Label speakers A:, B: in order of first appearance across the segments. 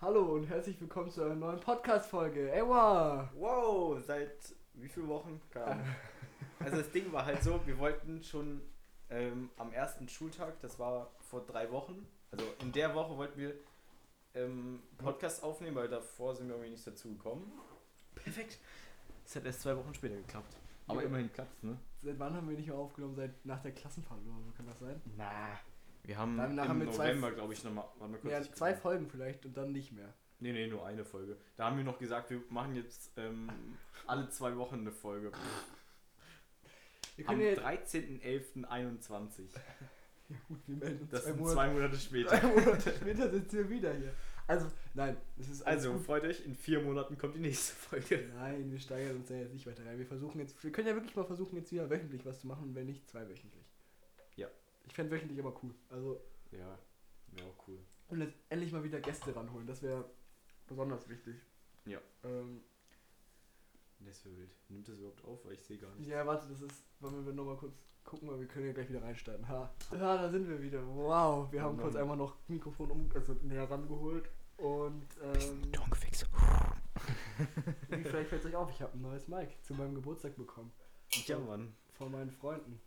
A: Hallo und herzlich willkommen zu einer neuen Podcast-Folge. Ewa!
B: Wow, seit wie vielen Wochen? Keine Ahnung. Also das Ding war halt so, wir wollten schon ähm, am ersten Schultag, das war vor drei Wochen, also in der Woche wollten wir ähm, Podcast aufnehmen, weil davor sind wir irgendwie nicht dazu gekommen. Perfekt. Es hat erst zwei Wochen später geklappt. Aber
A: Ja.
B: immerhin klappt's, ne?
A: Seit wann haben wir nicht mehr aufgenommen? Seit nach der Klassenfahrt oder so, kann das sein?
B: Na. Wir haben
A: Danach
B: im
A: haben wir zwei-
B: November, glaube ich, nochmal. Warte mal kurz.
A: Ja,
B: ich genau. guck
A: zwei
B: mal.
A: Folgen vielleicht und dann nicht mehr.
B: Nee, nee, nur eine Folge. Da haben wir noch gesagt, wir machen jetzt ähm, alle zwei Wochen eine Folge.
A: Wir
B: Am
A: können ja,
B: 13.11.21.
A: ja gut, wir melden uns
B: Das
A: zwei
B: sind
A: Monate.
B: zwei Monate später.
A: Zwei Monate später sitzen wir wieder hier. Also, nein, es ist alles
B: Also
A: gut.
B: freut euch, in vier Monaten kommt die nächste Folge.
A: Nein, wir steigern uns da jetzt nicht weiter rein. Wir versuchen jetzt, wir können ja wirklich mal versuchen, jetzt wieder wöchentlich was zu machen und wenn nicht, zweiwöchentlich.
B: Ja.
A: Ich fände wöchentlich aber cool. Also,
B: Ja, wäre auch cool.
A: und jetzt endlich mal wieder Gäste ranholen, das wäre besonders wichtig.
B: Ja.
A: Ähm,
B: Das wäre wild. Nimmt das überhaupt auf? Weil ich sehe gar nicht.
A: ja, warte, das ist, wollen wir nochmal kurz gucken, weil wir können ja gleich wieder reinstarten. Ha. ha, da sind wir wieder. Wow, wir haben
B: Oh
A: kurz
B: Mann.
A: einmal noch Mikrofon um, also näher rangeholt und, ähm,
B: Tonkfix.
A: wie vielleicht fällt es euch auf, ich habe ein neues Mic zu meinem Geburtstag bekommen.
B: Ja, Mann.
A: Von meinen Freunden.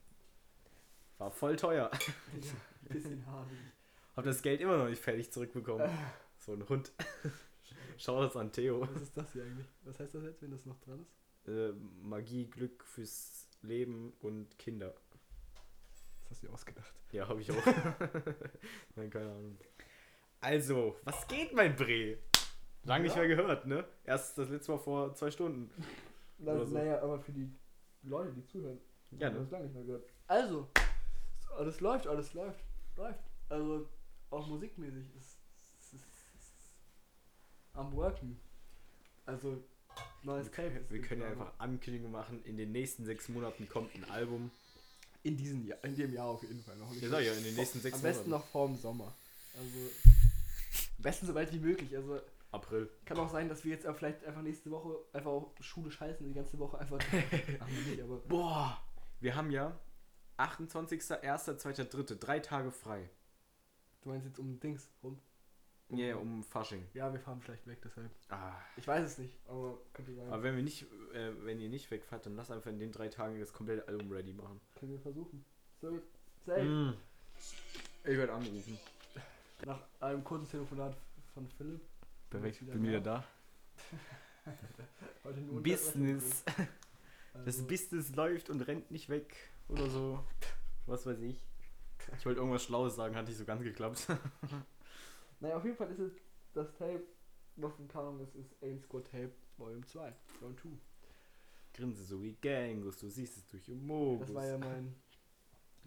B: War voll teuer.
A: Ein bisschen hart.
B: Hab das Geld immer noch nicht fertig zurückbekommen. So ein Hund. Schau das an Theo.
A: Was ist das hier eigentlich? Was heißt das jetzt, wenn das noch dran ist?
B: Äh, Magie, Glück fürs Leben und Kinder.
A: Das hast du dir ausgedacht.
B: Ja, habe ich auch. Nein, keine Ahnung. Also, was geht, mein Bre? Lang nicht
A: Ja.
B: mehr gehört, ne? Erst das letzte Mal vor zwei Stunden. Oder so.
A: Naja, aber für die Leute, die zuhören, die
B: Ja,
A: haben
B: ne?
A: das lange nicht mehr gehört. Also, es- alles läuft, alles läuft, läuft. Also, auch musikmäßig ist, ist, ist, ist am Working. Also, neues Tape.
B: Wir,
A: ist
B: wir können ja
A: geplant.
B: einfach Ankündigungen machen. In den nächsten sechs Monaten kommt ein Album.
A: In diesem Jahr, in dem Jahr auf jeden Fall noch.
B: Ja, sag ich ja, in den nächsten sechs
A: Am besten
B: Monaten.
A: noch vor dem Sommer. Also, am besten so bald wie möglich. Also,
B: April.
A: Kann auch sein, dass wir jetzt auch vielleicht einfach nächste Woche einfach auch Schule scheißen, die ganze Woche einfach. Ach, nee, nicht, aber.
B: Boah! Wir haben ja 28.01.2.3. Drei Tage frei.
A: Du meinst jetzt um Dings rum?
B: Ja, ja, um Fasching.
A: Ja, wir fahren vielleicht weg, deshalb.
B: Ah.
A: Ich weiß es nicht, aber könnte sein.
B: Aber wenn wir nicht, äh, wenn ihr nicht wegfahrt, dann lasst einfach in den drei Tagen das komplette Album ready machen.
A: Können wir versuchen. So, safe.
B: Mm. Ich werde angerufen.
A: Nach einem kurzen Telefonat von Philipp.
B: Perfekt,
A: Bin
B: bin wieder da.
A: Heute nur
B: Business.
A: Also,
B: Das Business läuft und rennt nicht weg oder so. Was weiß ich. Ich wollte irgendwas Schlaues sagen, hat nicht so ganz geklappt.
A: Naja, auf jeden Fall ist es das Tape, was in Kanon ist, ist Aim Squad Tape Volume 2, Round 2.
B: Grinse so wie Gangus, du siehst es durch Mogus.
A: Das war ja mein.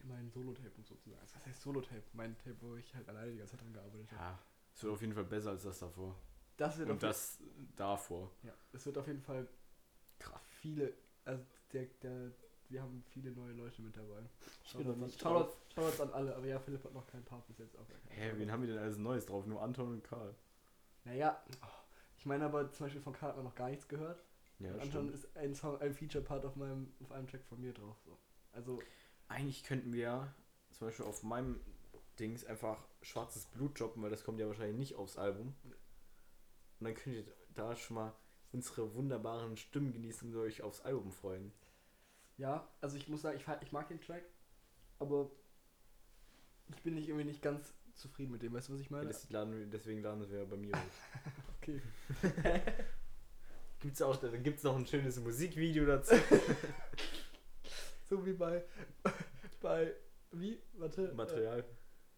A: Mein Solo-Tape und sozusagen. Was heißt Solo-Tape? Mein Tape, wo ich halt alleine die ganze Zeit dran gearbeitet habe.
B: Ja, es wird auf jeden Fall besser als das davor.
A: Das wird auf
B: Und das davor.
A: Ja, es wird auf jeden Fall
B: Krass.
A: viele, also der, der, wir haben viele neue Leute mit dabei.
B: bin noch nicht
A: Shoutouts Shoutouts an alle, aber ja, Philipp hat noch keinen Part bis jetzt. Auch
B: Hä, wen haben wir denn alles Neues drauf? Nur Anton und Karl.
A: Naja, oh, ich meine aber zum Beispiel von Karl hat man noch gar nichts gehört.
B: Ja,
A: und Anton
B: stimmt.
A: ist ein Song, ein Feature-Part auf meinem, auf einem Track von mir drauf. So. Also,
B: Eigentlich könnten wir ja zum Beispiel auf meinem Dings einfach schwarzes Blut droppen, weil das kommt ja wahrscheinlich nicht aufs Album. Und dann könnt ihr da schon mal unsere wunderbaren Stimmen genießen und euch aufs Album freuen.
A: ja, also ich muss sagen, ich, fa- ich mag den Track, aber ich bin nicht irgendwie nicht ganz zufrieden mit dem, weißt du, was ich
B: Ja,
A: meine?
B: das laden wir, deswegen laden wir ja bei mir. hoch.
A: Okay.
B: gibt's auch, dann gibt's noch ein schönes Musikvideo dazu.
A: So wie bei, bei, wie, warte. äh,
B: Material.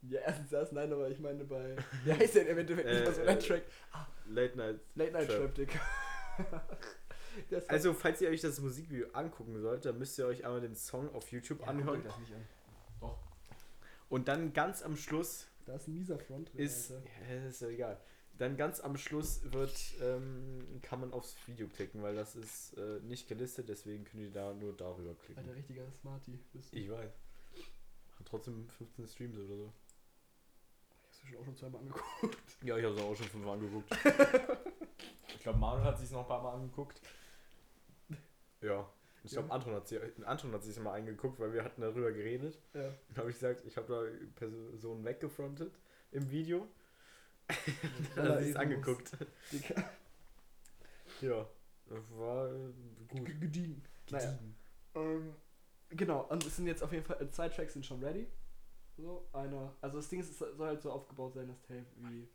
A: Ja, erstens das, nein, aber ich meine bei. Wie heißt denn im Endeffekt nicht
B: Äh,
A: mal so ein
B: äh,
A: Track?
B: Late Night.
A: Late Night
B: Trap.
A: Trap, Dick. Das war-
B: Also, falls ihr euch das Musikvideo angucken sollt, dann müsst ihr euch einmal den Song auf YouTube
A: Ja, guckt euch
B: anhören.
A: Das, nicht an.
B: Und dann ganz am Schluss
A: da ist ein mieser Front drin.
B: ist.
A: Alter.
B: Ja, ist ja egal. Dann ganz am Schluss wird, ähm, kann man aufs Video klicken, weil das ist äh, nicht gelistet, deswegen könnt ihr da nur darüber klicken.
A: Alter, richtiger Smarty. Bist du.
B: Ich weiß. Hat trotzdem 15 Streams oder so.
A: Ich hab's mir schon auch schon zweimal angeguckt.
B: Ja, ich habe es auch schon fünfmal angeguckt. ich glaube, Manuel hat sich noch ein paar Mal angeguckt. Ja. Ich glaube,
A: Ja.
B: Anton hat sich Anton hat sich mal eingeguckt, weil wir hatten darüber geredet.
A: Ja.
B: Dann habe ich gesagt, ich habe da Personen weggefrontet im Video.
A: Aller
B: Hast du es
A: Ehrenlos.
B: angeguckt.
A: Digga.
B: Ja. Das war äh, gut.
A: Gediegen. Naja.
B: Gediegen.
A: Ähm, genau, und es sind jetzt auf jeden Fall, äh, zwei Tracks sind schon ready. So, einer. Also das Ding ist, es soll halt so aufgebaut sein, das Tape, wie.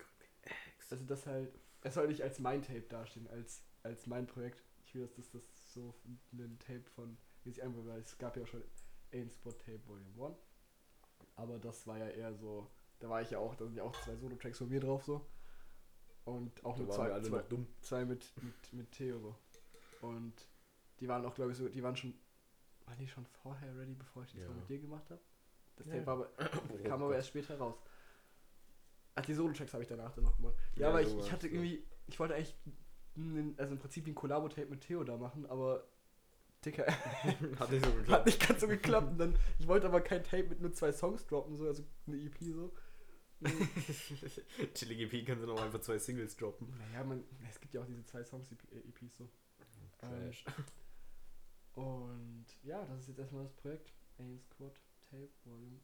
A: Also das halt. Es soll nicht als mein Tape dastehen, als, als mein Projekt. Ich will, dass das, das so ein Tape von wie sich einbringt, weil es gab ja auch schon Ain Spot Tape Volume 1. Aber das war ja eher so. Da war ich ja auch, da sind ja auch zwei Solo-Tracks von mir drauf so. Und auch
B: Da
A: mit
B: waren
A: zwei,
B: wir alle
A: zwei,
B: noch dumm.
A: zwei mit, mit, mit Theo so. Und die waren auch, glaube ich, so, die waren schon, waren die schon vorher ready, bevor ich die
B: Ja.
A: zwei mit dir gemacht habe? Das
B: Ja.
A: Tape war aber,
B: Oh
A: kam aber
B: Gott.
A: erst später raus. Ach, die Solo-Tracks habe ich danach dann noch gemacht. Ja,
B: Ja,
A: aber ich,
B: sowas,
A: ich hatte
B: ja.
A: irgendwie, ich wollte eigentlich, einen, also im Prinzip ein Kollabo-Tape mit Theo da machen, aber Dicker,
B: Hat nicht so
A: hat
B: geklappt.
A: nicht ganz so geklappt. Und dann, ich wollte aber kein Tape mit nur zwei Songs droppen, so, also eine EP so.
B: Chili GP können sie noch einfach zwei Singles droppen.
A: Naja, man, es gibt ja auch diese zwei Songs EP, äh, EPs so. Ähm,
B: Trash.
A: Und ja, das ist jetzt erstmal das Projekt Alien Squad Tape Volume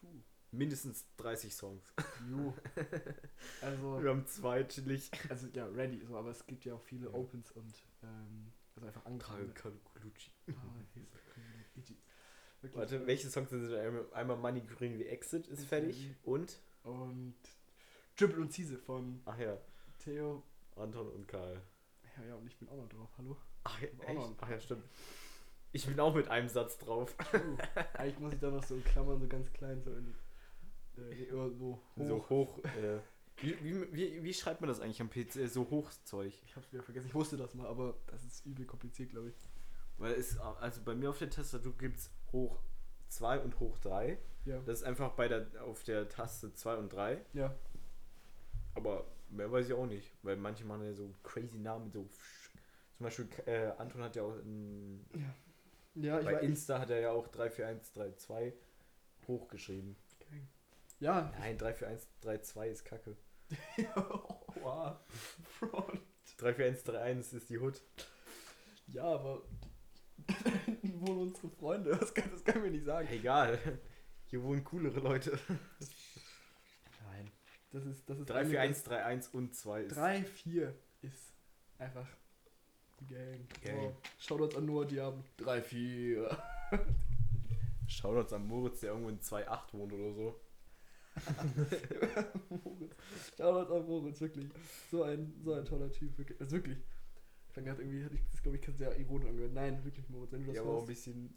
A: 2.
B: Mindestens 30 Songs.
A: Jo. also,
B: Wir haben zwei chillig.
A: also ja, ready, so, aber es gibt ja auch viele
B: Ja.
A: Opens und ähm, also einfach
B: Karl
A: angefangen. ah,
B: Kalucci.
A: Wirklich.
B: Warte, welche Songs sind denn einmal, einmal Money Green wie Exit ist fertig und
A: Und Triple und Ziese von
B: ach ja,
A: Theo.
B: Anton und Karl.
A: Ja, ja, und ich bin auch noch drauf. Hallo.
B: Ach, ja,
A: Auch noch
B: echt?
A: ein-
B: ach ja, stimmt. Ich bin auch mit einem Satz drauf.
A: Uh, eigentlich muss ich da noch so in Klammern so ganz klein so in. Äh, nee, immer so hoch.
B: So hoch. Äh, wie, wie, wie, wie schreibt man das eigentlich am PC? So hoch Zeug.
A: Ich hab's wieder vergessen. Ich wusste das mal, aber das ist übel kompliziert, glaube ich.
B: Weil es also bei mir auf der Tastatur gibt's hoch 2 und hoch 3.
A: Ja.
B: Das ist einfach bei der auf der Taste 2 und 3.
A: Ja.
B: Aber mehr weiß ich auch nicht, weil manche machen ja so crazy Namen, so psch- zum Beispiel äh, Anton hat ja auch in,
A: Ja, ich
B: bei
A: war
B: Insta hat er ja auch 34132 hochgeschrieben.
A: Ja.
B: Nein, 34132 ist Kacke.
A: Oha. Fraud.
B: 34131 ist die Hut.
A: Ja, aber da hinten wohnen unsere Freunde. Das kann, das kann mir nicht sagen.
B: Egal. Hier wohnen coolere Leute.
A: Nein. Das ist das ist
B: 34131 und 2 ist
A: 3 4 ist einfach die Gang.
B: Gang.
A: Oh, Shoutouts an Noah Diablo. 3 4.
B: Shoutouts an Moritz, der irgendwo in 2.8 wohnt oder so.
A: Shoutouts an Moritz, wirklich. So ein so ein toller Typ, wirklich. Also wirklich. Ich fand grad irgendwie hatte ich das glaube ich ganz sehr ironisch angehört. Nein, wirklich Moritz, wenn du das
B: Ja,
A: ja,
B: aber auch ein
A: hörst. Ne?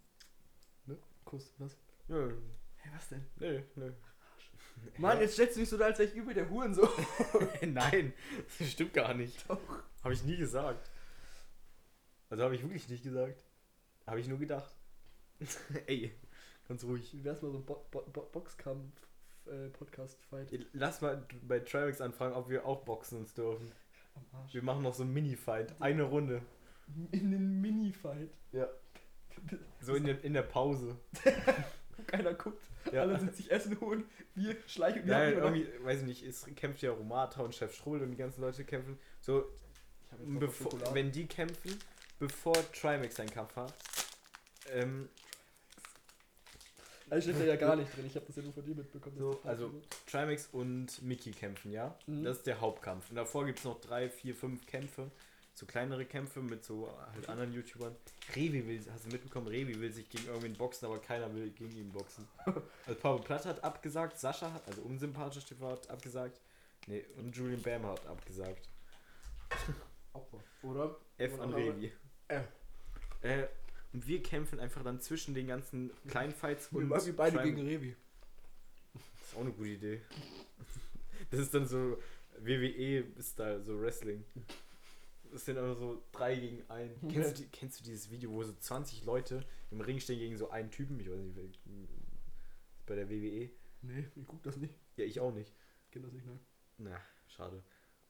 B: bisschen.
A: Kuss, was?
B: Ja,
A: Hey, was denn?
B: nee, nee.
A: Mann, jetzt stellst du mich so da, als wäre ich übel der Hurensohn.
B: Nein, das stimmt gar nicht.
A: Doch.
B: Habe ich nie gesagt. Also habe ich wirklich nicht gesagt. Habe ich nur gedacht. Ey, ganz ruhig.
A: Wie wär's mal so ein Bo Bo Bo äh, Boxkampf-Podcast-Fight?
B: Lass mal bei Trimax anfragen, ob wir auch boxen uns dürfen.
A: Am Arsch.
B: Wir machen noch so einen Mini-Fight. Eine Runde.
A: In den Mini-Fight.
B: Ja. So in der, in der Pause.
A: Keiner guckt,
B: Ja.
A: alle sind sich Essen holen, wir schleichen wir
B: Nein,
A: haben überhaupt-
B: irgendwie, weiß ich nicht, es kämpft ja Romata und Chef Schrull und die ganzen Leute kämpfen. So,
A: Ich hab jetzt Bock auf
B: bevor,
A: Schokolade.
B: wenn die kämpfen, bevor Trimax seinen Kampf hat, ähm,
A: Also ich steht da ja gar nicht drin, ich habe das ja nur von dir mitbekommen. dass
B: So,
A: das
B: also-
A: passiert ist.
B: Trimax und Mickey kämpfen, ja?
A: Mhm.
B: Das ist der Hauptkampf. Und davor gibt es noch drei, vier, fünf Kämpfe. So kleinere Kämpfe mit so
A: Mhm.
B: halt anderen YouTubern. Revi will, hast du mitbekommen, Revi will sich gegen irgendwen boxen, aber keiner will gegen ihn boxen. Also Pablo Platt hat abgesagt, Sascha hat, also unsympathisch hat abgesagt. Nee, und Julian Bam hat abgesagt.
A: Opfer. Oder?
B: F
A: Oder
B: an
A: aber-
B: Revi.
A: Äh.
B: Äh, und wir kämpfen einfach dann zwischen den ganzen kleinen Fights und
A: Wir waren wie beide
B: Trimax.
A: gegen Revi.
B: Ist auch eine gute Idee. Das ist dann so WWE-Style, so Wrestling. Das sind aber so drei gegen ein.
A: Ja.
B: Kennst du, die- kennst du dieses Video, wo so 20 Leute im Ring stehen gegen so einen Typen? Ich weiß nicht, wel- bei der WWE.
A: Nee, ich guck das nicht.
B: Ja, ich auch nicht.
A: Ich kenn das nicht, nein.
B: Na, schade.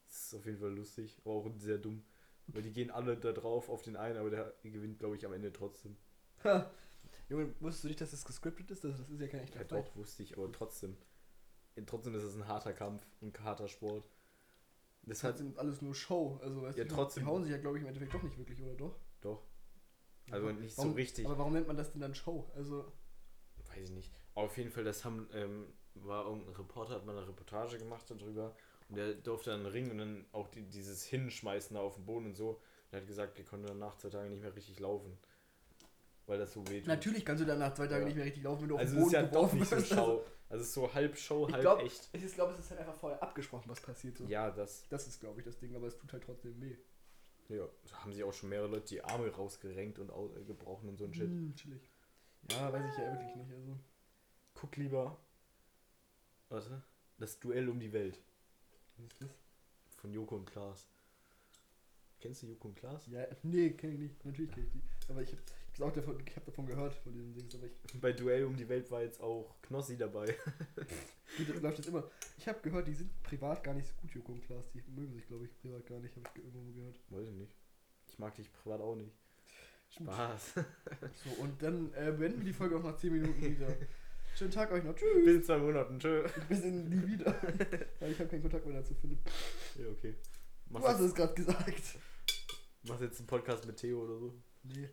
B: Das ist auf jeden Fall lustig, aber auch sehr dumm. Weil die gehen alle da drauf auf den einen, aber der gewinnt, glaube ich, am Ende trotzdem.
A: Ha. Junge, wusstest du nicht, dass das gescriptet ist? Das, das ist ja kein
B: Ja,
A: echter Fight.
B: doch, wusste ich, aber trotzdem. Ja, Trotzdem ist es ein harter Kampf, ein harter Sport. Das hat,
A: Das ist alles nur Show. Also, weißt
B: Ja,
A: du, die-
B: trotzdem.
A: Die hauen sich ja, glaube ich, im Endeffekt doch nicht wirklich, oder doch?
B: Doch. Also nicht so
A: warum,
B: richtig.
A: Aber warum nennt man das denn dann Show? Also,
B: weiß ich nicht. Aber auf jeden Fall, das haben, ähm, war irgendein Reporter, hat mal eine Reportage gemacht darüber Und der durfte dann ringen und dann auch die, dieses Hinschmeißen da auf den Boden und so. Und er hat gesagt, er konnte danach zwei Tage nicht mehr richtig laufen. Weil das so weh tut.
A: Natürlich kannst du danach zwei Tage
B: Ja.
A: nicht mehr richtig laufen, wenn du auf
B: Also
A: den
B: es
A: Boden
B: ist ja doch
A: geworfen
B: nicht so
A: wirst.
B: Schau. Also es ist so halb Show,
A: Ich
B: halb
A: glaub-
B: echt.
A: Ich glaube, es ist halt einfach vorher abgesprochen, was passiert. So.
B: Ja, das.
A: Das ist, glaube ich, das Ding, aber es tut halt trotzdem weh.
B: Ja, da haben sich auch schon mehrere Leute die Arme rausgerenkt und au- äh, gebrochen und so ein Shit.
A: Hm, chillig. Ja, weiß ich ja wirklich nicht. Also.
B: Guck lieber. Warte. Das Duell um die Welt.
A: Was ist das?
B: Von Joko und Klaas. Kennst du Joko und Klaas?
A: Ja, nee, kenne ich nicht. Natürlich kenne ich die. Aber ich habe ich auch davon, ich hab davon gehört, von diesen Dings. Aber ich,
B: Bei Duell um die Welt war jetzt auch Knossi dabei.
A: gut, das läuft jetzt immer. Ich habe gehört, die sind privat gar nicht so gut, Joko und Klaas. Die mögen sich, glaube ich, privat gar nicht. Habe ich irgendwo mal gehört.
B: Weiß ich nicht. Ich mag dich privat auch nicht.
A: Gut.
B: Spaß.
A: So, und dann äh, beenden wir die Folge auch nach 10 Minuten wieder. Schönen Tag euch noch. Tschüss.
B: Bis in zwei Monaten. Tschö.
A: Wir sind nie wieder. Weil ich habe keinen Kontakt mehr dazu, Philipp.
B: Ja, okay.
A: Du
B: Machst
A: hast
B: jetzt,
A: es gerade gesagt.
B: machst jetzt einen Podcast mit Theo oder so.
A: Nee, Nein,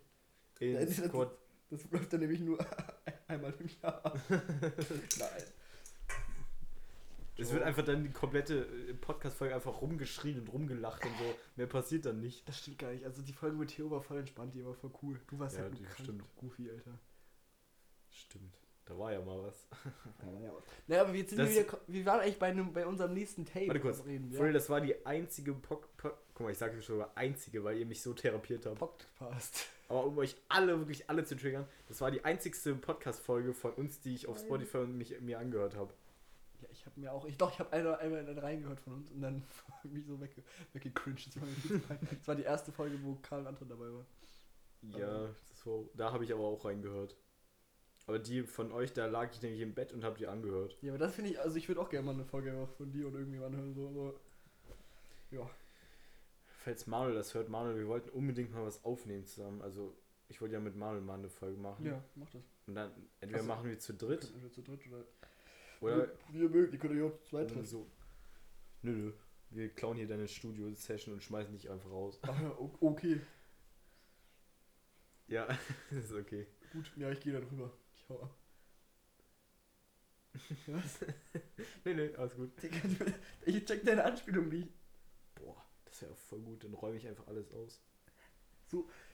B: In
A: das-
B: Squad.
A: das läuft dann nämlich nur einmal im Jahr. Nein.
B: Es wird einfach dann die komplette äh, Podcast-Folge einfach rumgeschrien und rumgelacht und so. Mehr passiert dann nicht.
A: Das stimmt gar nicht. Also die Folge mit Theo war voll entspannt, die war voll cool. Du warst
B: Ja,
A: halt
B: die
A: ein
B: stimmt.
A: Goofy, Alter.
B: Stimmt. Da war ja mal was.
A: Naja, aber jetzt sind
B: Das-
A: wir wieder, wir waren eigentlich bei, einem, bei unserem nächsten Tape.
B: Warte kurz.
A: was Reden,
B: Freunde,
A: ja?
B: das war die einzige Pock. Pock Guck mal, ich sage schon mal einzige, weil ihr mich so therapiert habt.
A: Podcast.
B: Aber um euch alle, wirklich alle zu triggern, das war die einzigste Podcast-Folge von uns, die ich auf
A: Nein.
B: Spotify und mich, mir angehört habe.
A: Ja, ich habe mir auch, ich, doch, ich habe einmal, einmal in einen reingehört von uns und dann mich so wegge weggecringed. Das war, mir viel zu peinlich. das war die erste Folge, wo Karl und Anton dabei war. Ähm.
B: Ja, das war, da habe ich aber auch reingehört. Aber die von euch, da lag ich nämlich im Bett und habe die angehört.
A: Ja, aber das finde ich, also ich würde auch gerne mal eine Folge einfach von dir oder irgendjemandem hören, so, aber. Ja.
B: Falls Manuel das hört, Manuel, wir wollten unbedingt mal was aufnehmen zusammen. Also, ich wollte ja mit Manuel mal eine Folge machen.
A: Ja, mach das.
B: Und dann entweder
A: Also-
B: machen wir zu dritt
A: Oder zu dritt oder.
B: oder
A: Wie ihr mögt, ihr könnt euch auch zu zweit
B: Nö,
A: treffen.
B: so. Nö, nö. Wir klauen hier deine Studio-Session und schmeißen dich einfach raus.
A: Ah, ja, o- okay.
B: Ja, ist okay.
A: Gut, ja, ich gehe da drüber. Ich hau ab. Was?
B: Nö, nö, alles gut.
A: Digga, du- ich check deine Anspielung nicht.
B: Boah, das wäre voll gut. Dann räume ich einfach alles aus.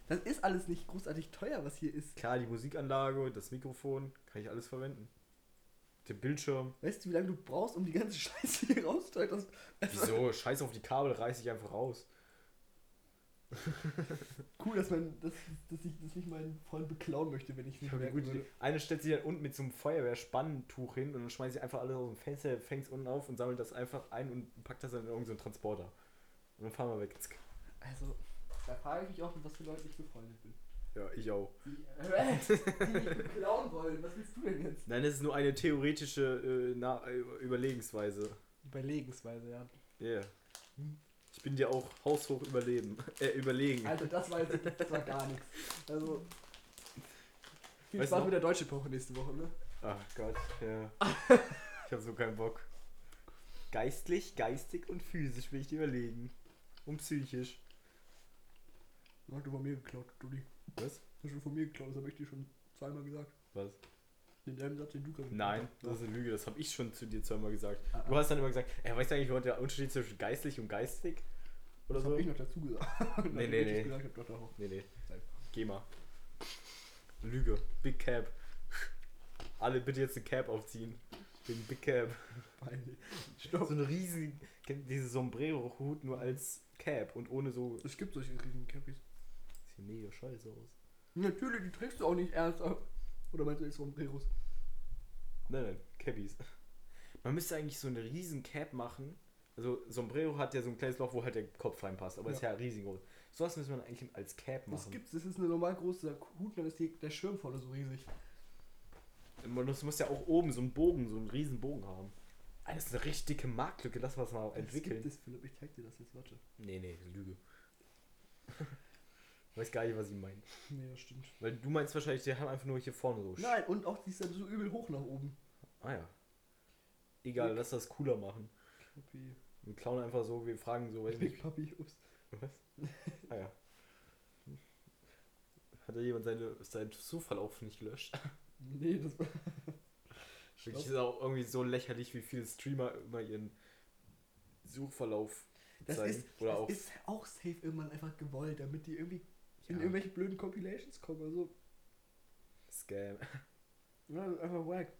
A: Das ist alles nicht großartig teuer, was hier ist.
B: Klar, die Musikanlage, das Mikrofon, kann ich alles verwenden. Der Bildschirm.
A: Weißt du, wie lange du brauchst, um die ganze Scheiße hier rauszuhalten? Das- das-
B: Wieso? Scheiß auf die Kabel, reiß ich einfach raus.
A: Cool, dass, mein, dass, dass ich das nicht meinen Freund beklauen möchte, wenn ich es
B: Ich
A: nicht
B: hab eine
A: merken
B: gute
A: würde.
B: Idee. Eine stellt sich dann unten mit so einem Feuerwehrspannentuch hin und dann schmeißt sie einfach alles aus dem Fenster, fängt unten auf und sammelt das einfach ein und packt das dann in irgendeinen so einen Transporter. Und dann fahren wir weg. Zck.
A: Also, da frage ich mich auch, mit was für Leuten ich befreundet bin.
B: Ja, ich auch.
A: äh, die mich klauen wollen. Was willst du denn jetzt?
B: Nein, das ist nur eine theoretische äh, Na äh, Überlegensweise.
A: Überlegensweise, ja.
B: Ja. Yeah. Ich bin dir auch haushoch überleben. Äh, überlegen.
A: Also das war jetzt das war gar nichts. Also viel
B: Weißt du
A: Spaß
B: noch?
A: mit der deutschen Woche nächste Woche, ne?
B: Ach Gott, ja. ich hab so keinen Bock. Geistlich, geistig und physisch bin ich dir überlegen. Und psychisch.
A: Du hast du von mir geklaut, Dudi.
B: Was?
A: Du hast du von mir geklaut, das habe ich dir schon zweimal gesagt.
B: Was?
A: Den selben Satz, den du gerade
B: Nein,
A: gesagt
B: das
A: hast. ne?
B: ist eine Lüge, das habe ich schon zu dir zweimal gesagt.
A: Ah, ah.
B: Du hast dann immer gesagt, äh, weißt du eigentlich, wo der Unterschied zwischen geistlich und geistig? Oder
A: das
B: so?
A: habe ich noch dazu gesagt.
B: Nee,
A: Nachdem
B: nee,
A: ich das
B: nee.
A: Gesagt hab, doch, doch.
B: Nee, nee.
A: Nein.
B: Geh mal. Lüge. Big Cap. Alle bitte jetzt eine Cap aufziehen. Wegen Big Cap.
A: Peinlich.
B: So
A: Stopp.
B: einen riesigen, kennt diese Sombrero-Hut nur als Cap und ohne so.
A: Es gibt solche riesigen Cappies.
B: Sieht mega scheiße aus.
A: Natürlich, die trägst du auch nicht ernsthaft. Oder meinst du jetzt Sombreros?
B: Nein, nein, Ne, Cappies. Man müsste eigentlich so eine riesen Cap machen. Also Sombrero hat ja so ein kleines Loch, wo halt der Kopf reinpasst, aber ist ja riesengroß. Sowas müsste man eigentlich als Cap
A: Das
B: machen.
A: gibt's, das ist eine normal große Hut, dann ist die, der Schirm vorne so riesig.
B: Man muss, muss ja auch oben so einen Bogen, so einen riesen Bogen haben. Ah, Das ist eine richtig dicke Marktlücke, lass was mal entwickeln.
A: Das gibt es, Philipp, ich zeig dir das jetzt, warte.
B: Nee, nee, Lüge. Ich weiß gar nicht, was ich meine.
A: Nee, das stimmt.
B: Weil du meinst wahrscheinlich, die haben einfach nur hier vorne so. Sch-
A: Nein, und auch die ist dann so übel hoch nach oben.
B: Ah ja. Egal, lass das cooler machen.
A: Papi.
B: Wir klauen einfach so, wir fragen so, weiß
A: Big
B: nicht.
A: Papi, ups.
B: Was? Ah ja. Hat da jemand seine, seinen Zufall auch nicht gelöscht?
A: Nee, das war.
B: Wirklich ist auch irgendwie so lächerlich, wie viele Streamer immer ihren Suchverlauf
A: Das,
B: zeigen.
A: ist,
B: Oder
A: das
B: auch.
A: ist auch safe irgendwann einfach gewollt, damit die irgendwie in
B: Ja.
A: irgendwelche blöden Compilations kommen. Also,
B: Scam.
A: ja, das ist einfach wack.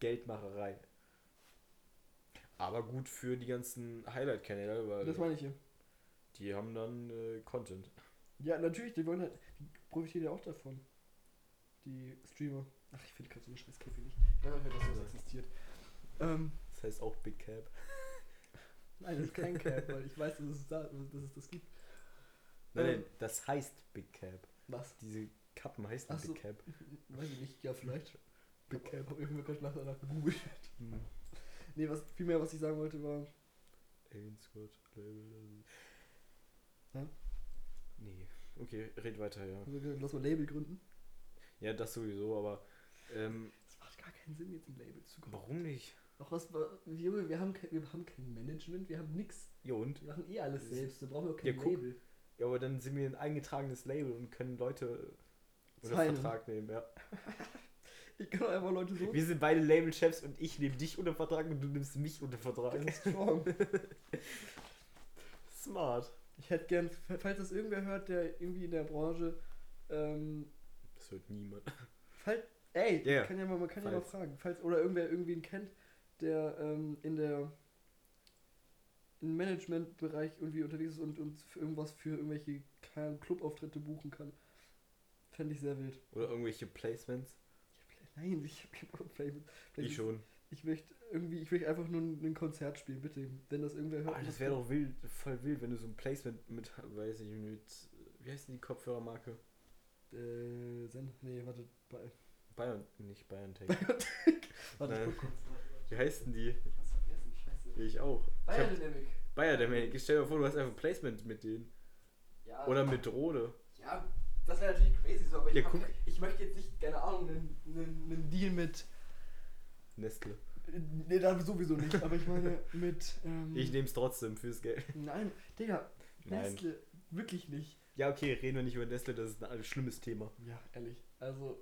B: Geldmacherei. Aber gut für die ganzen Highlight-Kanäle, weil
A: Das meine ich hier.
B: die haben dann äh, Content.
A: Ja, natürlich, die wollen halt, die profitieren ja auch davon. Die Streamer. Ach, ich finde gerade so eine scheiß Käfig nicht. Ich weiß nicht, dass sowas
B: Ja.
A: existiert. Ähm,
B: Das heißt auch Big Cap.
A: nein, das ist kein Cap, weil ich weiß, dass es, da, dass es das gibt.
B: Nein,
A: Ähm.
B: nein, das heißt Big Cap.
A: Was?
B: Diese Kappen heißen
A: Ach so.
B: Big Cap.
A: Weiß ich nicht, ja, vielleicht.
B: Big
A: Ich habe irgendwo gerade nach danach gegoogelt.
B: Hm.
A: Nee, was, vielmehr, was ich sagen wollte, war.
B: Alien Squad Label.
A: Hä?
B: Nee. Okay, red weiter, ja.
A: Also, lass mal ein Label gründen.
B: Ja, das sowieso, aber ähm,
A: Das macht gar keinen Sinn, jetzt ein Label zu gründen.
B: warum nicht?
A: Noch was, Junge, wir haben, kein, wir haben kein Management, wir haben nix.
B: Ja und?
A: Wir machen eh alles
B: Das-
A: selbst, da brauchen wir auch
B: Ja,
A: kein
B: guck,
A: Label.
B: Ja, aber dann sind wir ein eingetragenes Label und können Leute unter
A: Signen.
B: Vertrag nehmen, ja.
A: Ich kann auch einfach Leute so.
B: Wir sind beide Labelchefs und ich nehme dich unter Vertrag und du nimmst mich unter Vertrag.
A: Ganz strong.
B: Smart.
A: Ich hätte gern, falls das irgendwer hört, der irgendwie in der Branche, ähm,
B: Das hört niemand.
A: falls, ey,
B: Ja, ja.
A: man kann ja mal, man kann ja mal
B: Falls.
A: fragen, falls oder irgendwer irgendwen kennt, der ähm, in der im Managementbereich irgendwie unterwegs ist und uns für irgendwas für irgendwelche keine Ahnung, Clubauftritte buchen kann, fände ich sehr wild.
B: Oder irgendwelche Placements?
A: Nein, ich habe keinen Bock auf Playboy.
B: Ich schon.
A: Ich möchte irgendwie, ich möchte einfach nur ein ein Konzert spielen, bitte. Wenn das irgendwer hört.
B: Ah, das wäre doch wild, voll wild, wenn du so ein Placement mit, weiß ich, mit, wie heißt denn die Kopfhörermarke?
A: Äh, Zen. Nee, warte. Bei,
B: Bayern, nicht BioNTech.
A: warte, ich
B: Nein.
A: guck kurz.
B: Wie heißen die?
A: Ich hab's vergessen, scheiße.
B: Äh. Ich auch. Ich hab-
A: Biodynamic.
B: Biodynamic. Ich stell dir vor, du hast einfach ein Placement mit denen.
A: Ja.
B: Oder mit Rode.
A: Ja, das wäre natürlich crazy so, aber
B: Ja,
A: ich, hab
B: guck.
A: ke- ich möchte jetzt nicht, keine Ahnung, einen, einen, einen Deal mit.
B: Nestle.
A: Nee, da sowieso nicht, aber ich meine mit. Ähm,
B: Ich nehm's trotzdem fürs Geld.
A: Nein, Digga,
B: Nein.
A: Nestle, wirklich nicht.
B: Ja, okay, reden wir nicht über Nestle, das ist ein schlimmes Thema.
A: Ja, ehrlich. Also,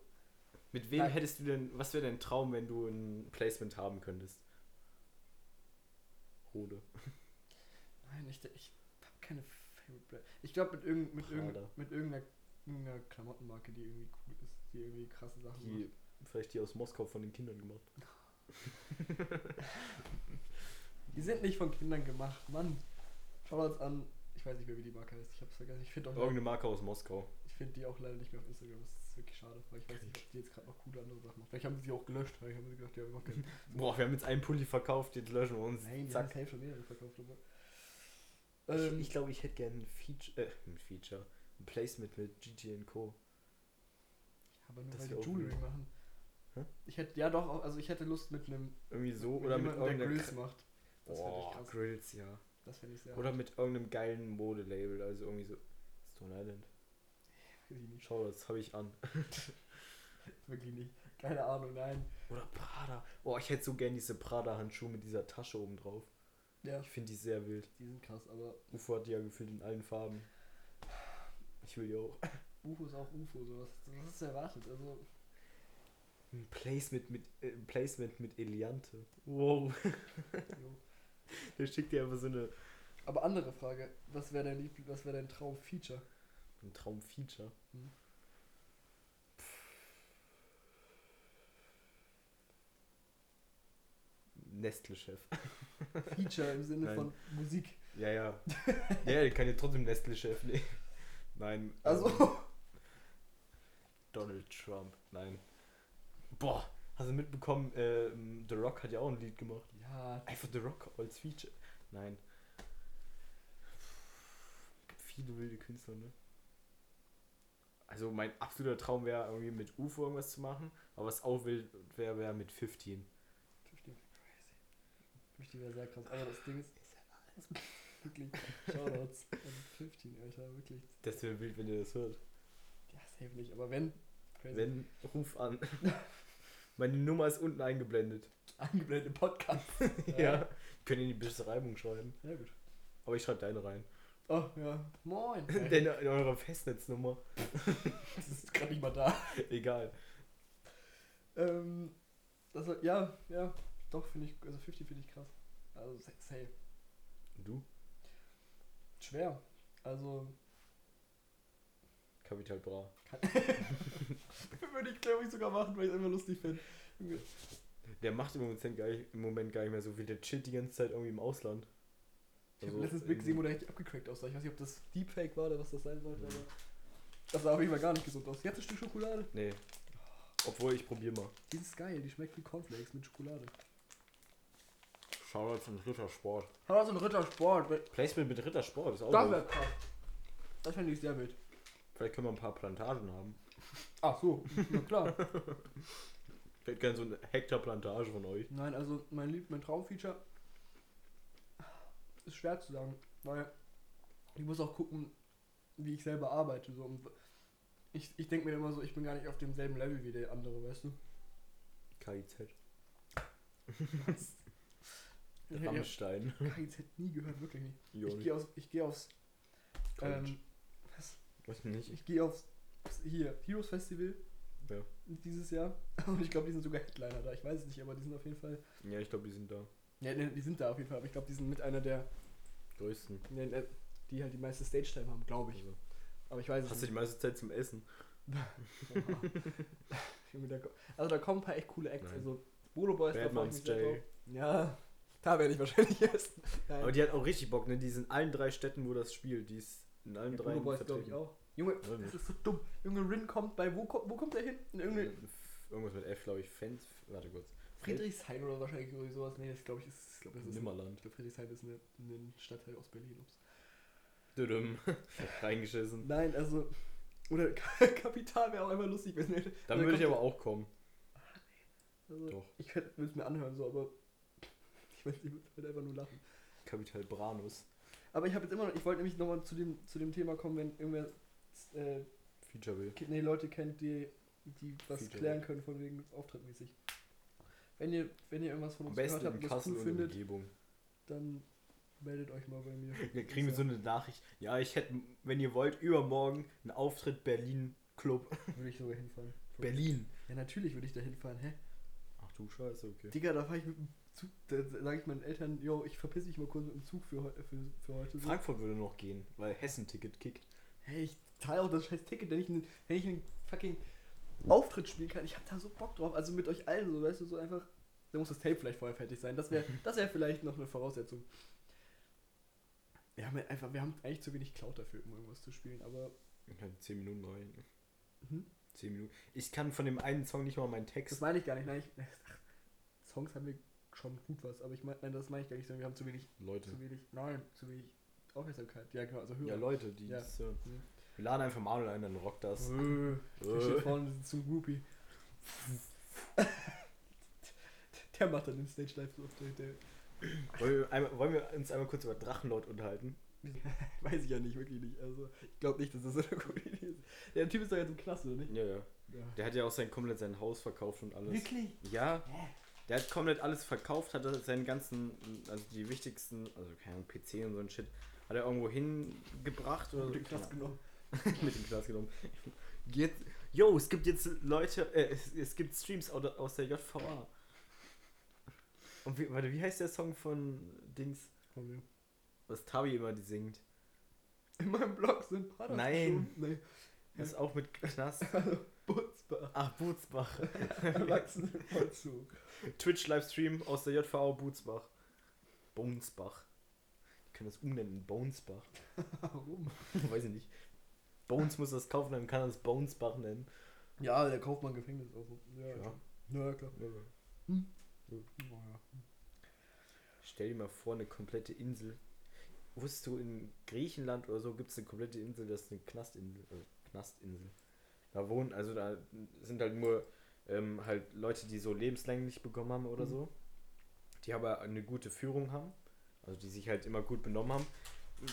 B: Mit wem
A: Nein.
B: hättest du denn, was wäre dein Traum, wenn du ein Placement haben könntest? Rode.
A: Nein, ich, ich habe keine Favorite Brand. Ich glaube mit, irgend, mit,
B: Prada.
A: irgend, mit irgendeiner, irgendeiner Klamottenmarke, die irgendwie cool ist, die irgendwie krasse Sachen
B: Die, vielleicht die aus Moskau von den Kindern gemacht.
A: macht. Die sind nicht von Kindern gemacht, Mann. Schaut uns an. Ich weiß nicht mehr, wie die Marke heißt. Ich hab's vergessen. Ich finde
B: Irgendeine Marke aus Moskau.
A: find die auch leider nicht mehr auf Instagram. Das ist wirklich schade, weil ich weiß nicht, ob die jetzt gerade noch coole andere Sachen macht. Vielleicht haben sie sie auch gelöscht, weil ich habe gedacht, ja, wir machen keinen.
B: Boah, wir haben jetzt einen Pulli verkauft, jetzt löschen wir uns.
A: Nein, die haben
B: Mhm. Zack.
A: safe schon mehrere verkauft. Aber.
B: Ich,
A: Ähm,
B: ich glaube, ich hätte gerne ein Feature, äh, ein Feature, ein Placement mit GG Co.
A: aber nur
B: das
A: weil die
B: wär auch
A: Jewelry
B: wild.
A: machen.
B: Hä?
A: Ich hätte, ja doch, auch- also ich hätte Lust mit einem,
B: Irgendwie so oder mit
A: jemandem, der
B: irgendeiner.
A: Grills macht. Das fänd ich
B: Boah,
A: krass.
B: Grills, ja.
A: Das fände ich sehr
B: Oder mit irgendeinem geilen Modelabel, also irgendwie so. Stone Island.
A: Weiß ich nicht.
B: Schau, das habe ich an.
A: Wirklich nicht. Keine Ahnung, nein.
B: Oder Prada. Oh, ich hätte so gern diese Prada-Handschuhe mit dieser Tasche oben drauf.
A: Ja.
B: Ich finde die sehr wild.
A: Die sind krass, aber
B: Ufo hat die ja gefühlt in allen Farben. Ich will die auch.
A: UFO ist auch UFO, sowas. Das ist erwartet. Also,
B: Ein Placement mit, äh, ein Placement mit Eliante. Wow.
A: jo.
B: Der schickt dir einfach so eine,
A: Aber andere Frage, was wäre dein Liebl was wäre dein Traumfeature?
B: ein Traumfeature. Hm.
A: Mhm.
B: Nestle-Chef.
A: Feature im Sinne
B: Nein.
A: von Musik.
B: Ja, ja. ja, der kann ja trotzdem Nestle-Chef nehmen. Nein.
A: Also,
B: ähm, Donald Trump. Nein. Boah, hast du mitbekommen, ähm, The Rock hat ja auch ein Lied gemacht.
A: ja,
B: Einfach The Rock als Feature. Nein. Gibt viele wilde Künstler, ne? Also mein absoluter Traum wäre irgendwie mit UFO irgendwas zu machen, aber was auch wild wäre, wäre mit 15.
A: 50 wäre crazy. 50 wäre sehr krass. Aber das Ding ist. Wirklich, Shoutouts. Also 15, Alter, wirklich.
B: Das wäre wild, wenn ihr das hört.
A: Ja, safe nicht, aber wenn. Crazy.
B: Wenn, ruf an. Meine Nummer ist unten eingeblendet.
A: Angeblendet im Podcast.
B: Ja. Könnt ihr in die Beschreibung schreiben.
A: Sehr gut.
B: Aber ich schreibe deine rein.
A: Oh, ja. Moin.
B: Denn in eurer Festnetznummer.
A: das ist gerade nicht mal da.
B: Egal.
A: Ähm, das war, ja, ja, doch, finde ich, also 50 finde ich krass. Also sa- safe.
B: Und du?
A: Schwer. Also,
B: Capital Bra.
A: würde ich glaube ich sogar machen, weil ich es immer lustig finde.
B: Der macht im Moment, gar nicht, im Moment gar nicht mehr so viel. Der chillt die ganze Zeit irgendwie im Ausland.
A: Ich habe
B: Also
A: letztens Big
B: in-
A: Simo, der richtig abgecrackt aussah. Ich weiß nicht, ob das Deepfake war oder was das sein sollte, aber. Das sah auf jeden Fall gar nicht gesund aus. Jetzt ein Stück Schokolade.
B: Nee. Obwohl, ich probier mal.
A: Die ist geil, die schmeckt wie Cornflakes mit Schokolade.
B: Schau mal zum Rittersport.
A: Hat also ein Rittersport. Das
B: Placement mit Rittersport ist auch
A: wäre
B: gut.
A: krass. Das fände ich sehr wild.
B: Vielleicht können wir ein paar Plantagen haben.
A: Ach so, na klar.
B: Vielleicht gerne so eine Hektar Plantage von euch.
A: Nein, also mein Lieb, mein Traumfeature ist schwer zu sagen, weil ich muss auch gucken, wie ich selber arbeite. So. Und Ich, ich denke mir immer so, ich bin gar nicht auf demselben Level wie der andere, weißt du?
B: KIZ.
A: Ich hätte
B: Rammstein.
A: ja KIZ nie gehört, wirklich nicht.
B: Jo,
A: Ich gehe aufs, ich gehe aufs,
B: College.
A: ähm, was?
B: Weiß nicht.
A: ich gehe aufs, aufs- hier, Heroes Festival
B: Ja.
A: dieses Jahr. Und ich glaube, die sind sogar Headliner da, ich weiß es nicht, aber die sind auf jeden Fall,
B: Ja, ich glaube, die sind da.
A: ja, ne, die sind da auf jeden Fall, aber ich glaube, die sind mit einer der,
B: Größten.
A: ne, ne, die halt die meiste Stage-Time haben, glaube ich.
B: Also.
A: Aber ich weiß es
B: Hast du die meiste Zeit zum Essen?
A: Oha. Junge, da ko- also da kommen ein paar echt coole Acts.
B: Nein.
A: Also Bolo Boys, da freue ich
B: Batman's
A: mich sehr
B: Jay.
A: drauf. Ja, da werde ich wahrscheinlich essen. Nein.
B: Aber die hat auch richtig Bock, ne? Die ist in allen drei Städten, wo das spielt. Die ist in allen
A: ja,
B: drei
A: Bolo Boys glaube ich auch. Junge,
B: Weiß nicht.
A: das ist so dumm. Junge, Rin kommt bei, wo, ko- wo kommt der hin? In irgendeine
B: Irgendwas mit F, glaube ich. Fans. Warte kurz.
A: Friedrichshain oder wahrscheinlich irgendwie sowas. Nee, das glaube ich, ist, glaub, das ist
B: Nimmerland.
A: Ich glaube, Friedrichshain ist eine- ein Stadtteil aus Berlin. Ups.
B: Düdüm. Reingeschissen.
A: Nein, also, oder Kapital wäre auch einmal lustig, wenn er-
B: Dann
A: Oder
B: würde ich
A: kommt
B: aber auch kommen.
A: Also,
B: Doch.
A: Ich würde es mir anhören, so, aber ich weiß, ich würde halt einfach nur lachen.
B: Kapital Branus.
A: Aber ich habe jetzt immer noch, ich wollte nämlich nochmal zu dem, zu dem Thema kommen, wenn irgendwer äh,
B: Feature will.
A: nee, Leute kennt, die, die was
B: Feature.
A: klären können von wegen auftrittmäßig. Wenn ihr, wenn ihr irgendwas von
B: Am
A: uns
B: besten
A: gehört
B: in
A: habt, und was
B: Kassel
A: cool
B: und
A: findet,
B: Umgebung.
A: dann meldet euch mal bei mir.
B: Ja, kriegen wir so eine Nachricht. Ja, ich hätte, wenn ihr wollt, übermorgen einen Auftritt Berlin Club.
A: Würde ich sogar hinfahren.
B: Berlin.
A: Ja, natürlich würde ich da hinfahren, hä?
B: Ach du Scheiße, okay.
A: Digga, da fahre ich mit dem Zug, da sage ich meinen Eltern, yo, ich verpiss mich mal kurz mit dem Zug für, heu- für, für heute. So.
B: Frankfurt würde noch gehen, weil Hessen-Ticket kickt.
A: Hey, ich zahle auch das scheiß Ticket, wenn ich einen, wenn ich einen fucking Auftritt spielen kann. Ich hab da so Bock drauf. Also mit euch allen, so weißt du, so einfach. Da muss das Tape vielleicht vorher fertig sein. Das wäre das wär vielleicht noch eine Voraussetzung. Wir haben halt einfach, wir haben eigentlich zu wenig Cloud dafür, um irgendwas zu spielen, aber.
B: Ich kann 10 Minuten rein.
A: Mhm.
B: 10 Minuten. Ich kann von dem einen Song nicht mal meinen Text.
A: Das meine ich gar nicht. Nein, ich, ach, Songs haben wir schon gut was, aber ich meine, nein, das meine ich gar nicht, sondern wir haben zu wenig,
B: Leute.
A: zu wenig, nein, zu wenig Aufmerksamkeit. Ja, genau, also
B: Ja,
A: Hörer.
B: Leute, die.
A: Ja.
B: das, äh,
A: Mhm.
B: Wir laden einfach Manuel ein, dann rockt das.
A: Äh, Der steht vorne sitzt zum Groupie. Der macht dann den Stage Live so der, der,
B: Wollen wir, einmal, wollen wir uns einmal kurz über Drachenlord unterhalten?
A: Weiß ich ja nicht, wirklich nicht. Also, ich glaube nicht, dass das eine gute Idee ist. Der Typ ist doch jetzt im Knast, oder nicht?
B: Ja, ja. Der hat ja auch sein komplett sein Haus verkauft und alles.
A: Wirklich?
B: Ja. Der hat komplett alles verkauft, hat seinen ganzen, also die wichtigsten, also keine Ahnung, PC und so ein Shit, hat er irgendwo hingebracht oder
A: Mit
B: so.
A: dem Knast genommen.
B: mit dem Glas genommen. Jetzt, yo, es gibt jetzt Leute, äh, es, es gibt Streams aus, aus der JVA. Und wie, warte, wie heißt der Song von Dings, was Tabi immer die singt?
A: In meinem Blog sind Paras
B: Nein.
A: gestorben. Nein.
B: Das ist auch mit Knast.
A: Also, Butzbach.
B: Ach, Bootsbach.
A: Erwachsenenvollzug.
B: Twitch-Livestream aus der JVA Bootsbach. Bonesbach. Ich kann das umnennen, in Bonesbach.
A: Warum?
B: Weiß ich nicht. Bones muss das kaufen, dann kann er es Bonesbach nennen.
A: Ja, der Kaufmann Gefängnis auch. Ja,
B: Ja. Oh,
A: klar. Na ja, klar.
B: Stell dir mal vor, eine komplette Insel. Wusstest du, in Griechenland oder so gibt es eine komplette Insel, das ist eine Knastinsel. Äh, Knastinsel. Da wohnen, also da sind halt nur ähm, halt Leute, die so lebenslänglich bekommen haben oder
A: Mhm.
B: so. Die aber eine gute Führung haben. Also die sich halt immer gut benommen haben.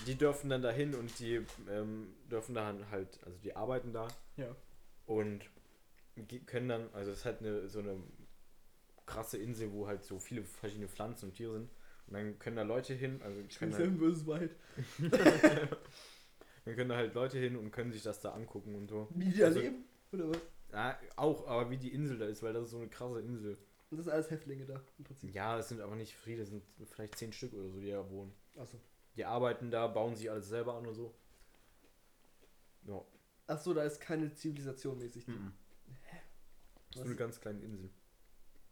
B: Die dürfen dann dahin und die ähm, dürfen dann halt, also die arbeiten da
A: Ja.
B: und ge- können dann, also es ist halt eine, so eine krasse Insel, wo halt so viele verschiedene Pflanzen und Tiere sind. Und dann können da Leute hin, also können halt,
A: Sam vs. White.
B: dann können da halt Leute hin und können sich das da angucken und so.
A: Wie die
B: Also-
A: leben? Oder was?
B: Ja, auch, aber wie die Insel da ist, weil das ist so eine krasse Insel.
A: Und das sind alles Häftlinge da, im Prinzip.
B: Ja, es sind aber nicht viele, es sind vielleicht zehn Stück oder so, die da wohnen.
A: Achso.
B: Die arbeiten da, bauen sich alles selber an und so. Ja.
A: Achso, da ist keine Zivilisation mäßig.
B: Mhm. Das ist
A: Was?
B: nur eine ganz kleine Insel.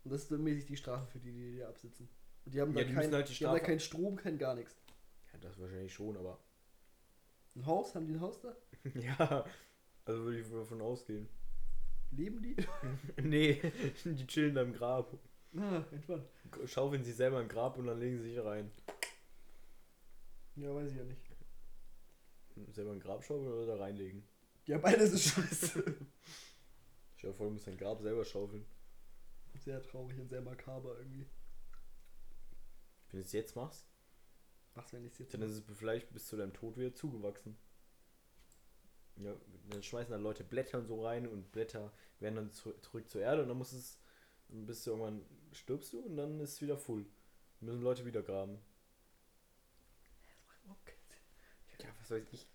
A: Und das ist dann mäßig die Strafe für die, die da absitzen. Und die haben, da,
B: Ja, die
A: kein,
B: müssen halt die
A: die haben da
B: Strafe-
A: kein Strom, kein gar nichts.
B: Ja, das wahrscheinlich schon, aber.
A: Ein Haus? Haben die ein Haus da?
B: ja. Also würde ich davon ausgehen.
A: Leben die?
B: nee, die chillen da im Grab.
A: Ah, entspannt.
B: Schaufeln sich selber im Grab und dann legen sie sich rein.
A: Ja, weiß ich ja nicht.
B: Selber im Grab schaufeln oder da reinlegen?
A: Ja, beides ist scheiße.
B: Ich habe vor, du musst dein Grab selber schaufeln.
A: sehr traurig und sehr makaber irgendwie.
B: Wenn du es jetzt machst,
A: Was, wenn ich es jetzt.
B: dann ist es vielleicht bis zu deinem Tod wieder zugewachsen. Ja, dann schmeißen dann Leute Blätter und so rein und Blätter werden dann zu, zurück zur Erde und dann muss es, dann bist du irgendwann, stirbst du und dann ist es wieder full. Dann müssen Leute wieder graben.
A: Okay.
B: Ja, was weiß ich.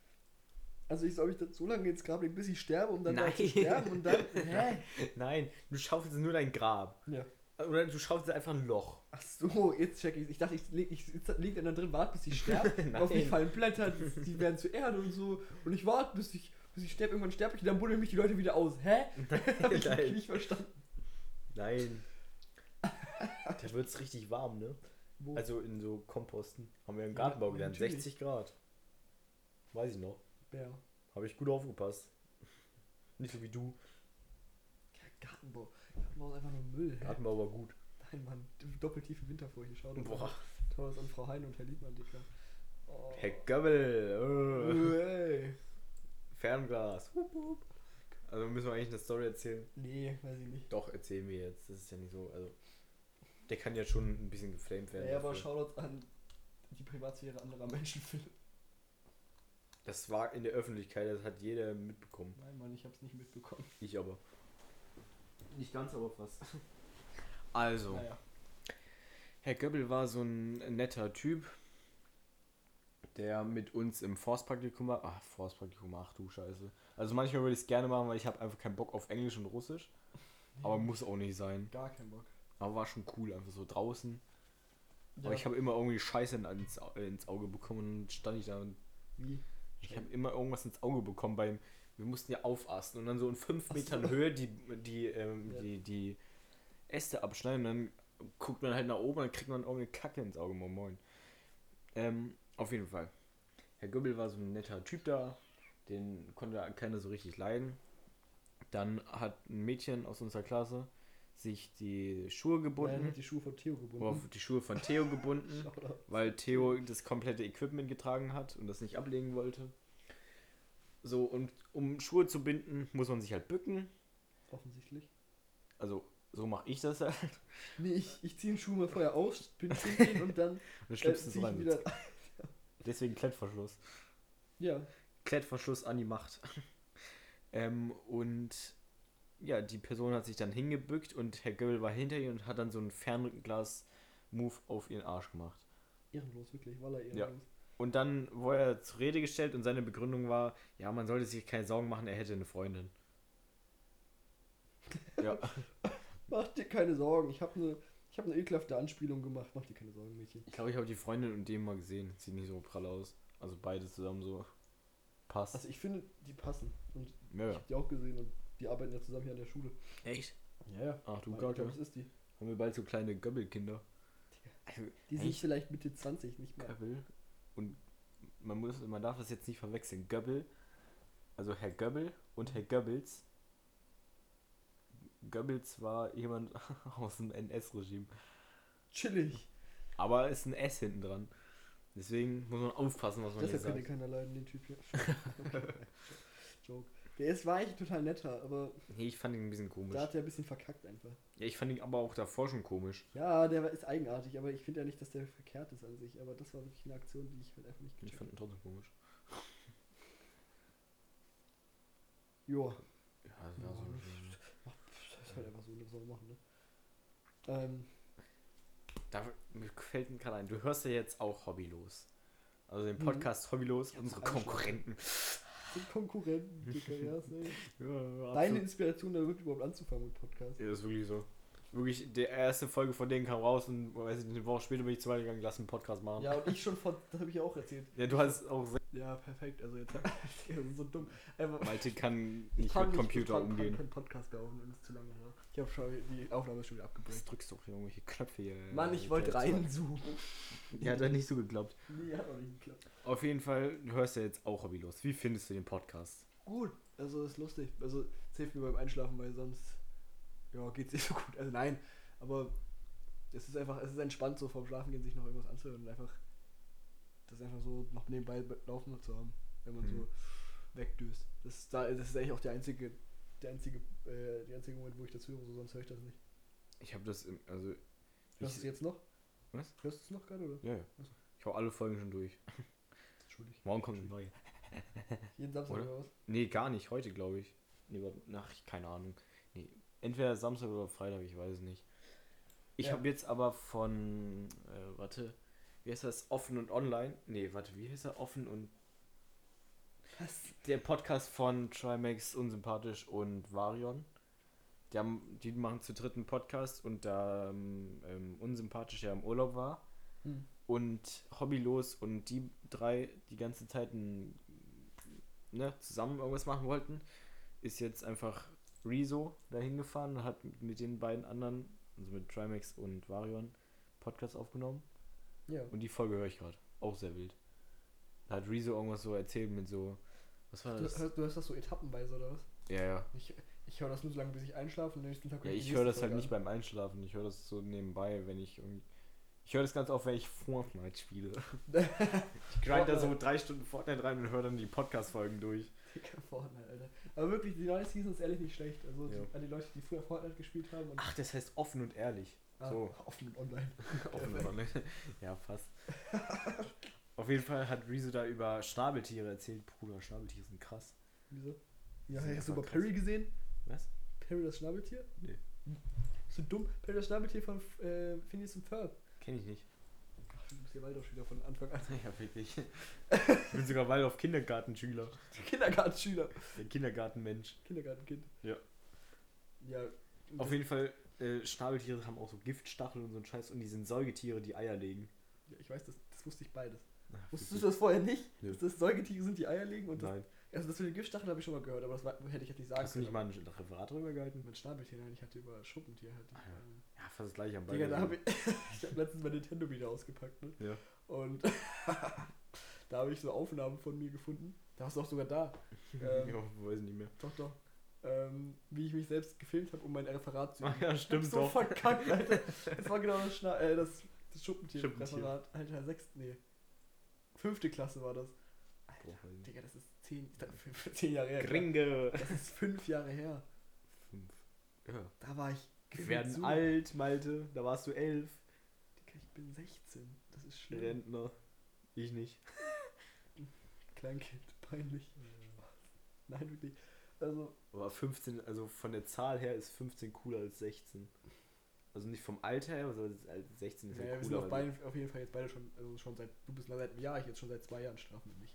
A: Also, ich soll mich dann so lange ins Grab legen, bis ich sterbe, um dann da zu
B: Nein.
A: sterben und dann. Hä?
B: Nein, du schaufelst nur dein Grab.
A: Ja.
B: Oder du schaufelst einfach ein Loch.
A: Ach so, jetzt check ich. Ich dachte, ich, leg, ich liege dann da drin, warte, bis ich sterbe. Und Auf mich
B: Nein.
A: fallen Blätter, die, die werden zu Erde und so. Und ich warte, bis ich, bis ich sterbe. Irgendwann sterbe ich und dann buddeln mich die Leute wieder aus. Hä? Hab ich
B: Nein.
A: nicht verstanden.
B: Nein. da wird es richtig warm, ne?
A: Wo?
B: Also in so Komposten. Haben wir im Gartenbau gelernt.
A: natürlich.
B: 60 Grad. Weiß ich noch.
A: Bär.
B: Habe ich gut aufgepasst. Nicht so wie du.
A: Gartenbau. Gartenbau ist einfach nur Müll. Hä?
B: Gartenbau war gut.
A: Nein, Mann. Doppeltiefe Winterfurche. Schau doch mal.
B: Boah.
A: Thomas und Frau Hein und Herr Liebmann, Dicker. Oh.
B: Herr Göbbel. Äh.
A: Ey.
B: Fernglas. Hup, hup. Also müssen wir eigentlich eine Story erzählen?
A: Nee, weiß ich nicht.
B: Doch, erzählen wir jetzt. Das ist ja nicht so. Also. Der kann ja schon ein bisschen geflamed werden.
A: Ja, aber
B: dafür.
A: Shoutouts an die Privatsphäre anderer Menschen, Philipp.
B: Das war in der Öffentlichkeit, das hat jeder mitbekommen.
A: Nein, Mann, ich hab's nicht mitbekommen.
B: Ich aber. Nicht ganz, aber fast. Also,
A: Naja.
B: Herr Göbbel war so ein netter Typ, der mit uns im Forstpraktikum war. Ach, Forstpraktikum, ach du Scheiße. Also manchmal würde ich es gerne machen, weil ich habe einfach keinen Bock auf Englisch und Russisch. Aber muss auch nicht sein.
A: Gar keinen Bock.
B: Aber war schon cool, einfach so draußen.
A: Ja,
B: Aber ich habe immer irgendwie Scheiße ins, Au- äh, ins Auge bekommen und dann stand ich da und
A: Wie?
B: Ich habe immer irgendwas ins Auge bekommen beim. Wir mussten ja aufasten und dann so in fünf
A: Ach
B: Metern
A: so.
B: Höhe die, die, ähm,
A: Ja.
B: die, die Äste abschneiden und dann guckt man halt nach oben und dann kriegt man irgendeine Kacke ins Auge. Moin moin. Ähm, auf jeden Fall. Herr Göbbel war so ein netter Typ da, den konnte keiner so richtig leiden. Dann hat ein Mädchen aus unserer Klasse sich die Schuhe
A: Nein,
B: gebunden,
A: hat die Schuhe von Theo gebunden.
B: oder auf die Schuhe von Theo gebunden
A: Shoutout.
B: weil Theo das komplette Equipment getragen hat und das nicht ablegen wollte. So, und um Schuhe zu binden, muss man sich halt bücken.
A: Offensichtlich.
B: Also, so mache ich das halt.
A: Nee, ich, ich ziehe den Schuh mal vorher aus, bin ihn und dann
B: Und dann
A: äh,
B: schlüpfst
A: zieh
B: du
A: ich
B: rein.
A: ihn wieder.
B: Deswegen Klettverschluss.
A: Ja,
B: Klettverschluss an die Macht. ähm, und ja, die Person hat sich dann hingebückt und Herr Göbel war hinter ihr und hat dann so einen Fernglas-Move auf ihren Arsch gemacht.
A: ehrenlos, wirklich, Walla ehrenlos.
B: Und dann wurde er zur Rede gestellt und seine Begründung war, ja, man sollte sich keine Sorgen machen, er hätte eine Freundin. ja.
A: Mach dir keine Sorgen, ich habe eine ich hab ne ekelhafte Anspielung gemacht. Mach dir keine Sorgen, Mädchen.
B: Ich glaube, ich habe die Freundin und den mal gesehen. Sieht nicht so prall aus. Also beide zusammen so. Passt.
A: Also ich finde, die passen. Und
B: ja,
A: ich
B: ja.
A: habe die auch gesehen und die arbeiten ja zusammen hier an der Schule.
B: Echt?
A: Ja, ja.
B: Ach du
A: Ich
B: Gott.
A: glaube, das ist die.
B: Haben wir bald so kleine Göbbelkinder. Also,
A: Die sind
B: Echt?
A: vielleicht Mitte 20, nicht mehr.
B: Göbbel. Und man muss, man darf das jetzt nicht verwechseln. Göbbel. Also Herr Göbbel und Herr Goebbels. Goebbels war jemand aus dem NS-Regime.
A: Chillig.
B: Aber ist ein S hinten dran. Deswegen muss man aufpassen, was man hier
A: Deshalb kann dir
B: sagt.
A: keiner leiden, den Typ hier. Joke. Der ist, war eigentlich total netter, aber
B: Nee, ich fand ihn ein bisschen komisch.
A: da hat er ein bisschen verkackt einfach.
B: Ja, ich fand ihn aber auch davor schon komisch.
A: Ja, der war- ist eigenartig, aber ich finde ja nicht, dass der verkehrt ist an sich. Aber das war wirklich eine Aktion, die ich halt einfach nicht
B: Ich
A: gecheckt
B: fand ihn trotzdem komisch.
A: Joa.
B: Ja,
A: das war so
B: Oh,
A: ein bisschen- Ach, pff, Das ist halt einfach so, das soll man machen, ne? Ähm,
B: Da mir fällt mir gerade ein, du hörst ja jetzt auch Hobbylos. Also den
A: Mhm.
B: Podcast Hobbylos,
A: hab's
B: unsere
A: angeschaut.
B: Konkurrenten.
A: sind Konkurrenten, Dicker, ja, safe.
B: Ja,
A: Deine
B: absolut.
A: Inspiration, da überhaupt anzufangen mit Podcast.
B: Ja, ist wirklich so. wirklich, die erste Folge von denen kam raus und weiß ich, nicht, eine Woche später bin ich zu weit gegangen, lass einen Podcast machen.
A: Ja, und ich schon von, das habe ich ja auch erzählt.
B: Ja, du hast auch gesagt,
A: Ja, perfekt. Also jetzt das ist so dumm. Einfach,
B: Malte kann nicht
A: kann
B: mit
A: nicht-
B: Computer
A: kann,
B: umgehen.
A: Ich kann keinen Podcast laufen, wenn es zu lange war. Ich habe schon die Aufnahme ist schon wieder
B: Was
A: abgebrochen.
B: drückst du hier irgendwelche Knöpfe hier? Äh,
A: Mann, ich wollte reinzoomen.
B: Ja, hat er nicht so geglaubt.
A: Nee, hat auch nicht geklappt.
B: Auf jeden Fall, du hörst ja jetzt auch hobbylos. Wie findest du den Podcast?
A: Gut, also ist lustig. Also es hilft mir beim Einschlafen, weil sonst ja, geht's nicht so gut. Also nein, aber es ist einfach, es ist entspannt so vorm Schlafengehen sich noch irgendwas anzuhören und einfach das einfach so noch nebenbei be- laufen zu haben, wenn man
B: Mhm.
A: so wegdöst. Das ist, da, das ist eigentlich auch der einzige, der einzige, äh, der einzige Moment, wo ich das höre, so, sonst höre ich das nicht.
B: Ich habe das, im- also.
A: Hörst du es
B: Ich,
A: jetzt noch?
B: Was?
A: Hörst du es noch gerade, oder?
B: ja, ja.
A: Achso.
B: Ich hau alle Folgen schon durch.
A: Entschuldigung.
B: Morgen kommt eine neue.
A: Jeden Samstag
B: Oder?
A: oder was?
B: Nee, gar nicht. Heute, glaube ich. Nee, warte, nach, keine Ahnung. Nee, entweder Samstag oder Freitag, ich weiß es nicht. Ich
A: Ja.
B: habe jetzt aber von, äh, warte, wie heißt das? Offen und online? Nee, warte, wie heißt er? Offen und.
A: Was?
B: Der Podcast von Trimax Unsympathisch und Varion. Die, haben, die machen zu dritten Podcast und da ähm, ähm, Unsympathisch ja im Urlaub war
A: Hm.
B: und hobbylos und die drei die ganze Zeit ein, ne, zusammen irgendwas machen wollten, ist jetzt einfach Rezo dahin gefahren und hat mit den beiden anderen, also mit Trimax und Varion, Podcast aufgenommen.
A: Ja.
B: Und die Folge höre ich gerade. Auch sehr wild. Da hat Rezo irgendwas so erzählt mit so. Was war
A: Du,
B: das?
A: hörst, du hörst das so etappenweise, oder was?
B: Ja, ja.
A: Ich, ich höre das nur so lange, bis ich einschlafe und am nächsten Tag
B: Ja,
A: höre die
B: ich
A: nächste
B: höre das halt
A: Folge
B: nicht
A: an.
B: beim Einschlafen. Ich höre das so nebenbei, wenn ich irgendwie. Ich höre das ganz oft, wenn ich Fortnite spiele. ich grind da so drei Stunden Fortnite rein und höre dann die Podcast-Folgen durch.
A: Dicker Fortnite, Alter. Aber wirklich, die neue Season ist ehrlich nicht schlecht. Also
B: Ja.
A: die, an die Leute, die früher Fortnite gespielt haben und
B: Ach, das heißt offen und ehrlich.
A: ah,
B: so.
A: offen und online.
B: Offen und ehrlich. Ja, fast. Auf jeden Fall hat Rezo da über Schnabeltiere erzählt. Bruder, Schnabeltiere sind krass.
A: Wieso? Ja,
B: Sind
A: hast du mal
B: einfach krass.
A: Perry gesehen?
B: Was?
A: Perry das Schnabeltier?
B: Nee.
A: Bist du dumm? Perry das Schnabeltier von äh, Phineas und Ferb.
B: Kenne ich nicht.
A: Ach, du bist ja Waldorf wieder von Anfang an.
B: Ja, wirklich. Ich bin sogar Waldorf Kindergartenschüler.
A: Kindergartenschüler.
B: Der Kindergartenmensch.
A: Kindergartenkind.
B: Ja.
A: Ja. und
B: Auf
A: das-
B: jeden Fall, äh, Schnabeltiere haben auch so Giftstacheln und so ein Scheiß und die sind Säugetiere, die Eier legen.
A: ja, ich weiß, das, das wusste ich beides.
B: Ach,
A: Wusstest du das vorher nicht?
B: Nö.
A: Dass das Säugetiere sind, die Eier legen und das
B: Nein.
A: Also das mit den Giftstacheln habe ich schon mal gehört, aber das war, hätte ich jetzt nicht sagen
B: Hast du nicht
A: können.
B: mal ein Referat drüber gehalten?
A: Mein Schnabeltier, nein, ich hatte über Schuppentier halt.
B: Ah,
A: Äh,
B: Ja, fast das gleiche am
A: Digga, da habe ich, ich habe letztens mein Nintendo wieder ausgepackt, ne?
B: Ja.
A: Und da habe ich so Aufnahmen von mir gefunden. Da warst du auch sogar da. Ähm,
B: Ich weiß nicht mehr.
A: Doch, doch. Ähm, wie ich mich selbst gefilmt habe, um mein Referat zu
B: Ach
A: Ich
B: ja,
A: hab
B: Ah, stimmt
A: so
B: doch.
A: verkackt, Alter. Das war genau das, Schna äh, das, das
B: Schuppentier.
A: Schuppentier-Referat. Alter, sechste, nee. Fünfte Klasse war das. Alter,
B: Boah, weiß ich
A: Digga, das ist zehn, zehn Jahre her. klar.
B: Gringe.
A: Das ist fünf Jahre her.
B: Fünf. Ja.
A: Da war ich
B: Wir
A: gefühlt
B: werden
A: so-
B: alt, Malte. Da warst du elf.
A: Digga, ich bin 16. Das ist schlimm.
B: Rentner. Ich nicht.
A: Kleinkind, peinlich. Nein, wirklich. Also,
B: Aber 15, also von der Zahl her ist 15 cooler als 16. Also nicht vom Alter her, sondern als 16 ist ja,
A: naja, wir sind
B: cooler. also
A: auf,
B: weil-
A: beiden, auf jeden Fall jetzt beide schon, also schon seit, du bist seit einem Jahr, ich jetzt schon seit zwei Jahren strafen mit mich.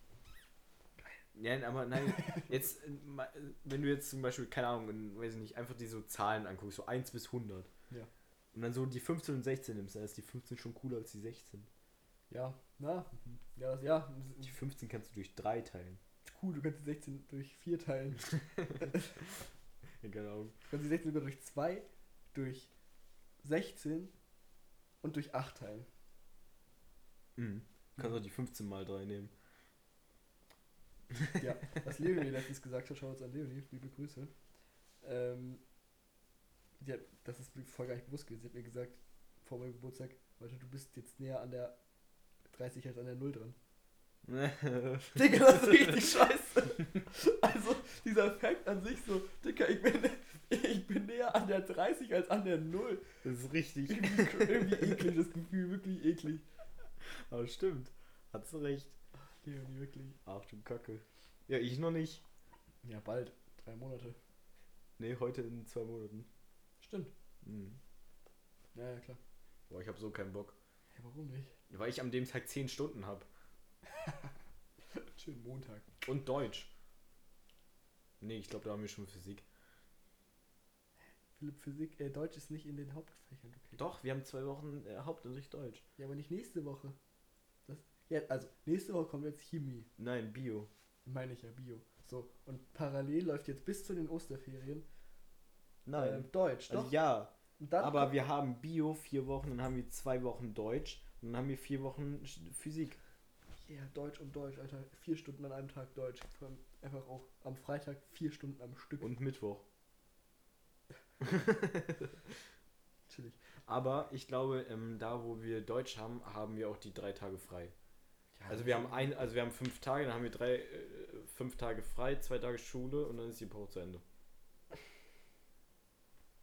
B: Nein, aber nein, jetzt, äh, ma- äh, wenn du jetzt zum Beispiel, keine Ahnung, in, weiß ich nicht, einfach die so Zahlen anguckst, so 1 bis 100.
A: Ja.
B: Und dann so die 15 und 16 nimmst, dann ist die 15 schon cooler als die 16.
A: Ja, na,
B: Mhm.
A: ja, das, ja, das
B: Die
A: ist
B: 15 kannst du durch 3 teilen.
A: cool, du kannst die 16 durch 4 teilen. Du
B: Ja, keine Ahnung.
A: kannst die 16 sogar durch 2, durch 16 und durch 8 teilen.
B: Mhm. Du kannst auch die 15 mal 3 nehmen.
A: Ja, was Leonie letztens gesagt hat, schaut uns an Leonie, liebe Grüße. Ähm, die hat, das ist mir voll gar nicht bewusst gewesen. Sie hat mir gesagt, vor meinem Geburtstag, Leute, du bist jetzt näher an der 30 als an der 0 dran. Digga, das ist richtig scheiße. Also, dieser Fact an sich so, Digga, ich bin, ich bin näher an der 30 als an der 0.
B: das ist richtig.
A: Irgendwie, irgendwie eklig, das Gefühl, wirklich eklig.
B: Aber stimmt. Hast du recht.
A: Leonie, wirklich.
B: Ach du Kacke. Ja, ich noch nicht.
A: Ja, bald. Drei Monate.
B: Nee, heute in zwei Monaten.
A: Stimmt.
B: Mhm.
A: Ja, ja, klar.
B: Boah, ich hab so keinen Bock.
A: Ja, warum nicht?
B: Weil ich am dem Tag 10 Stunden hab.
A: Schönen Montag.
B: Und Deutsch. Nee, ich glaube, da haben wir schon Physik.
A: Philipp, Physik, äh, Deutsch ist nicht in den Hauptfächern. Okay.
B: Doch, wir haben zwei Wochen äh, Hauptunterricht Deutsch.
A: Ja, aber nicht nächste Woche. Das, ja, also, nächste Woche kommt jetzt Chemie.
B: Nein, Bio.
A: Meine ich ja, Bio. So, und parallel läuft jetzt bis zu den Osterferien
B: Nein.
A: ähm, Deutsch,
B: also
A: doch.
B: ja,
A: und dann
B: aber
A: kommt-
B: wir haben Bio vier Wochen, dann haben wir zwei Wochen Deutsch und dann haben wir vier Wochen Sch- Physik.
A: Ja, Deutsch und Deutsch, Alter. Vier Stunden an einem Tag Deutsch. Vor allem Einfach auch am Freitag vier Stunden am Stück.
B: Und Mittwoch.
A: Chillig.
B: Aber ich glaube, ähm, da wo wir Deutsch haben, haben wir auch die drei Tage frei. Also wir haben ein, also wir haben fünf Tage, dann haben wir drei, äh, fünf Tage frei, zwei Tage Schule und dann ist die Pause zu Ende.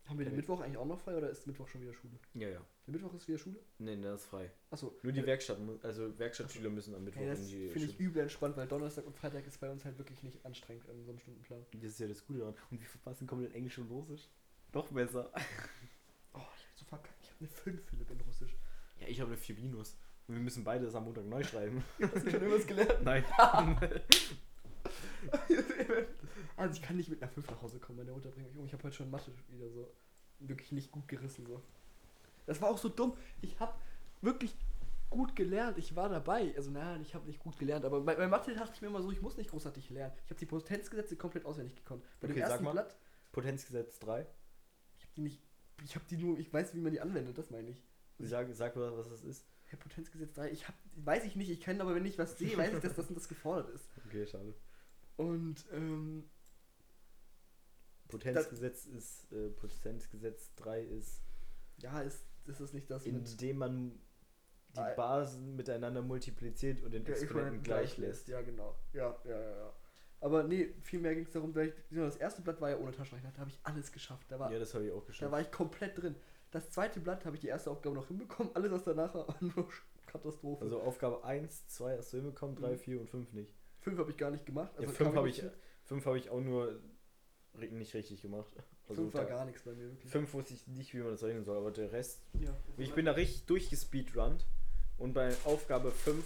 A: Haben wir den
B: Ja.
A: Mittwoch eigentlich auch noch frei oder ist Mittwoch schon wieder Schule?
B: Ja, ja.
A: Der Mittwoch ist wieder Schule?
B: Nein, das ist frei.
A: Achso.
B: Nur die Werkstatt, mu- also Werkstattschüler müssen am Mittwoch
A: Hey, das
B: in die
A: finde ich
B: Schule.
A: übel entspannt, weil Donnerstag und Freitag ist bei uns halt wirklich nicht anstrengend in so einem Stundenplan.
B: Das ist ja das Gute daran. Und wir verpassen komplett Englisch und Russisch. Doch besser.
A: Oh, ich hab so verkackt. Ich hab eine 5, Philipp, in Russisch.
B: Ja, ich habe eine 4 minus. Und wir müssen beide das am Montag neu schreiben.
A: Hast du schon irgendwas gelernt?
B: Nein.
A: also ich kann nicht mit einer 5 nach Hause kommen, meine Mutter bringt mich um. Ich habe heute schon Mathe wieder so wirklich nicht gut gerissen. So. Das war auch so dumm. Ich habe wirklich gut gelernt. Ich war dabei. Also nein, ich habe nicht gut gelernt. Aber bei, bei Mathe dachte ich mir immer so, ich muss nicht großartig lernen. Ich habe die Potenzgesetze komplett auswendig gekonnt. Bei
B: Okay,
A: dem
B: sag
A: ersten
B: mal.
A: Blatt,
B: Potenzgesetz 3.
A: ich habe die nicht, ich habe die nur, ich weiß, wie man die anwendet, das meine ich.
B: Sag, sag mal, was das ist.
A: Herr Potenzgesetz 3, ich hab, weiß ich nicht, ich kann aber, wenn ich was sehe, weiß ich, dass das und das gefordert ist.
B: Okay, schade.
A: Und, ähm,
B: Potenzgesetz ist, äh, Potenzgesetz 3 ist,
A: ja, ist, ist das nicht das mit-
B: indem man die
A: Ah,
B: Basen miteinander multipliziert und den
A: der
B: Exponenten gleich lässt.
A: Ja, genau. Ja, ja, ja, ja. Aber nee, vielmehr ging es darum, weil ich, genau, das erste Blatt war ja ohne Taschenrechner, da habe ich alles geschafft. Da war,
B: Ja, das habe ich auch
A: da
B: geschafft.
A: war ich komplett drin. Das zweite Blatt habe ich die erste Aufgabe noch hinbekommen, alles was danach war, war nur Katastrophe.
B: Also Aufgabe 1, 2 hast du hinbekommen, 3,
A: Mhm.
B: 4 und 5 nicht.
A: fünf habe ich gar nicht gemacht.
B: Ja,
A: Also
B: 5
A: kam
B: habe
A: nicht
B: ich,
A: mit.
B: fünf habe ich auch nur ri- nicht richtig gemacht. Also
A: fünf war gar nichts bei mir, wirklich.
B: 5 wusste ich nicht, wie man das rechnen soll, aber der Rest
A: Ja.
B: Ich bin da richtig durchgespeedrunnt und bei Aufgabe 5.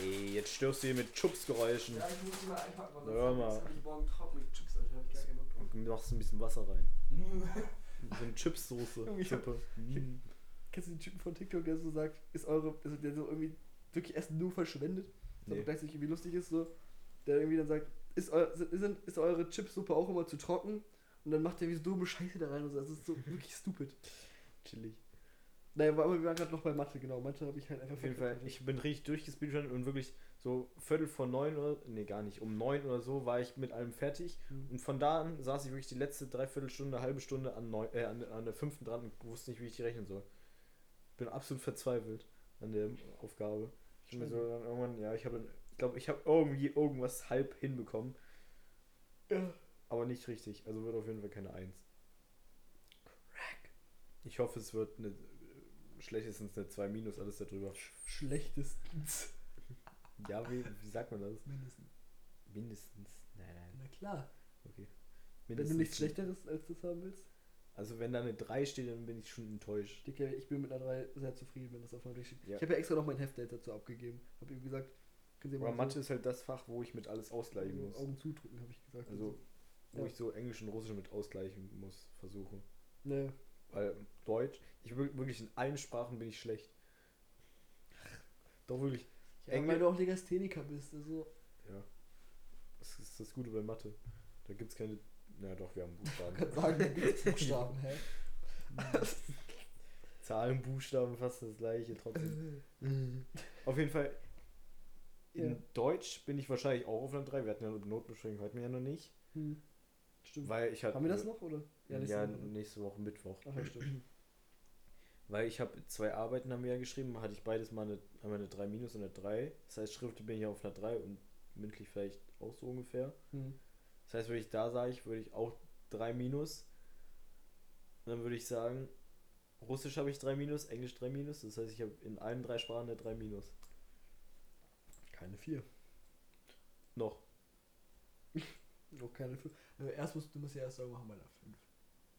B: Ey, jetzt störst du hier mit Chupsgeräuschen.
A: Ja, ich muss die mal einpacken, weil
B: sonst Ja, hab ich- mal.
A: sonst
B: sonst
A: habe ich morgen trocken mit Chips, Alter. Hab ich gar keinen Bock drauf.
B: Und machst ein bisschen Wasser rein. So eine Chipssoße.
A: Irgendwie so-
B: Suppe. Mm.
A: Kennst du den Typen von TikTok, der so sagt, ist eure, also der so irgendwie wirklich Essen nur verschwendet? So
B: Nee.
A: nee. gleichzeitig irgendwie lustig ist, so, der irgendwie dann sagt, ist, eu, sind, sind, ist eure Chipsuppe auch immer zu trocken? Und dann macht er wie so dumme Scheiße da rein und so. Das ist so wirklich stupid.
B: Chillig.
A: Naja, aber wir waren gerade noch bei Mathe, genau. Mathe habe ich halt einfach
B: Auf jeden Fall,
A: verkackt.
B: ich bin richtig durchgespeedrunnt und wirklich so Viertel vor neun oder. Nee, gar nicht. Um neun oder so war ich mit allem fertig.
A: Mhm.
B: Und von da an saß ich wirklich die letzte Dreiviertelstunde, halbe Stunde an, neun, äh, an, an der fünften dran und wusste nicht, wie ich die rechnen soll. Bin absolut verzweifelt an der Aufgabe. Ich habe mir so dann irgendwann, ja, ich habe, dann- ich glaube, ich habe irgendwie irgendwas halb hinbekommen,
A: Ja.
B: aber nicht richtig. Also wird auf jeden Fall keine Eins.
A: Crack.
B: Ich hoffe, es wird eine, äh, schlechtestens eine 2 minus, alles darüber.
A: Schlechtestens.
B: Ja, wie, wie sagt man das?
A: Mindestens.
B: Mindestens. Nein, nein.
A: Na klar.
B: Okay.
A: Wenn du nichts
B: Mindestens-
A: Schlechteres als das haben willst.
B: Also wenn da eine 3 steht, dann bin ich schon enttäuscht.
A: Dicker, ich bin mit einer 3 sehr zufrieden, wenn das auf meinem Weg steht.
B: Ja.
A: Ich habe ja extra noch mein Heftdate dazu abgegeben. Habe ihm gesagt, können Sie
B: Aber
A: so-
B: Mathe ist halt das Fach, wo ich mit alles ausgleichen
A: so
B: muss.
A: Augen zudrücken, habe ich gesagt. und
B: Also, wo
A: Ja.
B: ich so Englisch und Russisch mit ausgleichen muss, versuche.
A: so. Naja.
B: Weil Deutsch, ich bin wirklich in allen Sprachen bin ich schlecht. Doch wirklich,
A: Ja, weil
B: Engl-
A: du auch Legastheniker bist. Also.
B: ja. Das ist das Gute bei Mathe. Da gibt's keine. Na doch, wir haben Buchstaben.
A: kann sagen, da gibt's Buchstaben, hä?
B: Zahlen, Buchstaben, fast das gleiche trotzdem. Auf jeden Fall. In
A: Ja.
B: Deutsch bin ich wahrscheinlich auch auf einer 3. Wir hatten ja eine Notbesprechung heute mir ja noch nicht.
A: Hm. Stimmt.
B: Weil ich hatte.
A: Haben wir das noch, oder?
B: Ja,
A: nächste Woche, ne?
B: nächste Woche Mittwoch.
A: Ach ja, stimmt.
B: Weil ich habe zwei Arbeiten haben wir ja geschrieben, hatte ich beides mal eine, einmal eine 3 minus und eine 3. Das heißt, Schrift bin ich auf einer 3 und mündlich vielleicht auch so ungefähr.
A: Hm.
B: Das heißt, würde ich da sage ich, würde ich auch 3 minus. Und dann würde ich sagen, Russisch habe ich 3 minus, Englisch 3 minus. Das heißt, ich habe in allen drei Sprachen eine 3 minus.
A: Keine 4.
B: Noch.
A: Noch keine 5. Also erst musst du musst ja erst sagen, machen bei einer 5.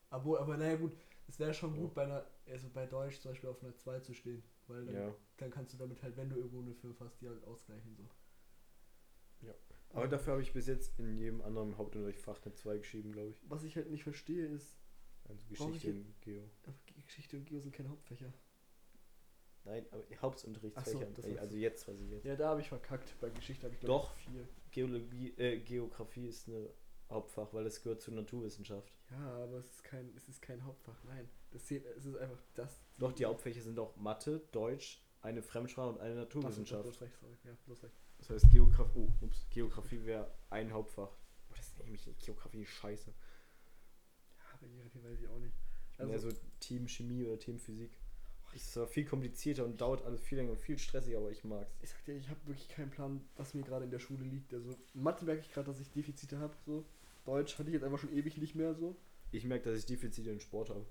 A: Aber, aber naja gut, es wäre schon gut bei einer, also bei Deutsch zum Beispiel auf einer 2 zu stehen. Weil dann,
B: Ja.
A: dann kannst du damit halt, wenn du irgendwo eine 5 hast, die halt ausgleichen so.
B: Aber dafür habe ich bis jetzt in jedem anderen Hauptunterrichtfach eine 2 geschrieben, glaube ich.
A: Was ich halt nicht verstehe ist,
B: Also
A: Brauche ich
B: Geschichte und Geo.
A: Aber G- Geschichte und Geo sind keine Hauptfächer.
B: Nein, aber Hauptunterrichtsfächer.
A: Ach so, das
B: Ey,
A: war's.
B: also jetzt weiß ich jetzt.
A: Ja, da habe ich verkackt. Bei Geschichte habe ich glaub
B: Doch.
A: ich, viel.
B: Geologie, äh, Geografie ist eine Hauptfach, weil das gehört zur Naturwissenschaft.
A: Ja, aber es ist kein, es ist kein Hauptfach. Nein, das zählt, es ist einfach das.
B: Doch, die Hauptfächer sind auch Mathe, Deutsch, eine Fremdsprache und eine
A: Ach so, bloß
B: Naturwissenschaft.
A: recht, sorry. Ja, bloß recht.
B: Das heißt, Geograf oh, ups, Geografie wäre ein Hauptfach. Oh, das nehme ich nicht. Geografie ist scheiße.
A: Ja, bei Geografie weiß ich auch nicht.
B: Ich bin
A: Also,
B: eher so Team Chemie oder Team Physik. Das ist zwar viel komplizierter und dauert alles viel länger und viel stressiger, aber ich mag's.
A: ich sag dir, ich habe wirklich keinen Plan, was mir gerade in der Schule liegt. Also, Mathe merke ich gerade, dass ich Defizite habe. So. Deutsch hatte ich jetzt einfach schon ewig nicht mehr so.
B: Ich merke, dass ich Defizite in Sport habe.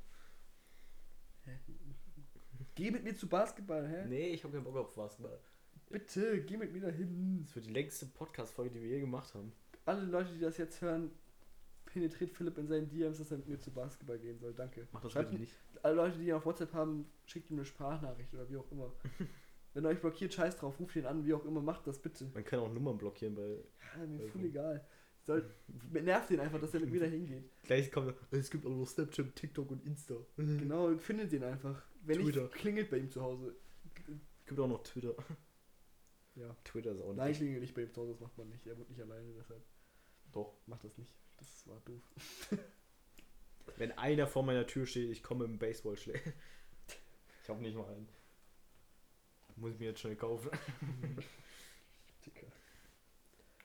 A: Geh mit mir zu Basketball, hä?
B: Nee, ich habe keinen Bock auf Basketball.
A: Bitte, geh mit mir dahin.
B: Das wird die längste Podcast-Folge, die wir je gemacht haben.
A: Alle Leute, die das jetzt hören, penetriert Philipp in seinen DMs, dass er mit mir zu Basketball gehen soll. Danke.
B: Mach das
A: Schreibt
B: bitte nicht.
A: alle Leute, die ihn auf WhatsApp haben, schickt ihm eine Sprachnachricht oder wie auch immer. Wenn er euch blockiert, scheiß drauf, ruft ihn an, wie auch immer, macht das bitte.
B: Man kann auch Nummern blockieren, weil
A: Ja, mir voll egal. Soll, nervt ihn einfach, dass er mit mir da hingeht.
B: gleich kommt es gibt auch noch Snapchat, TikTok und Insta. Es
A: Genau, findet ihn einfach. Wenn
B: Twitter.
A: nicht, klingelt bei ihm zu Hause.
B: gibt auch noch Twitter.
A: Ja.
B: Twitter ist auch
A: Nein,
B: nicht.
A: klingelt nicht bei ihm zu Hause, das macht man nicht. Er wohnt nicht alleine, deshalb
B: Doch.
A: macht das nicht. Das war doof.
B: Wenn einer vor meiner Tür steht, ich komme im Baseballschläger. Ich hab nicht mal einen. Muss ich mir jetzt schnell kaufen.
A: Dicker.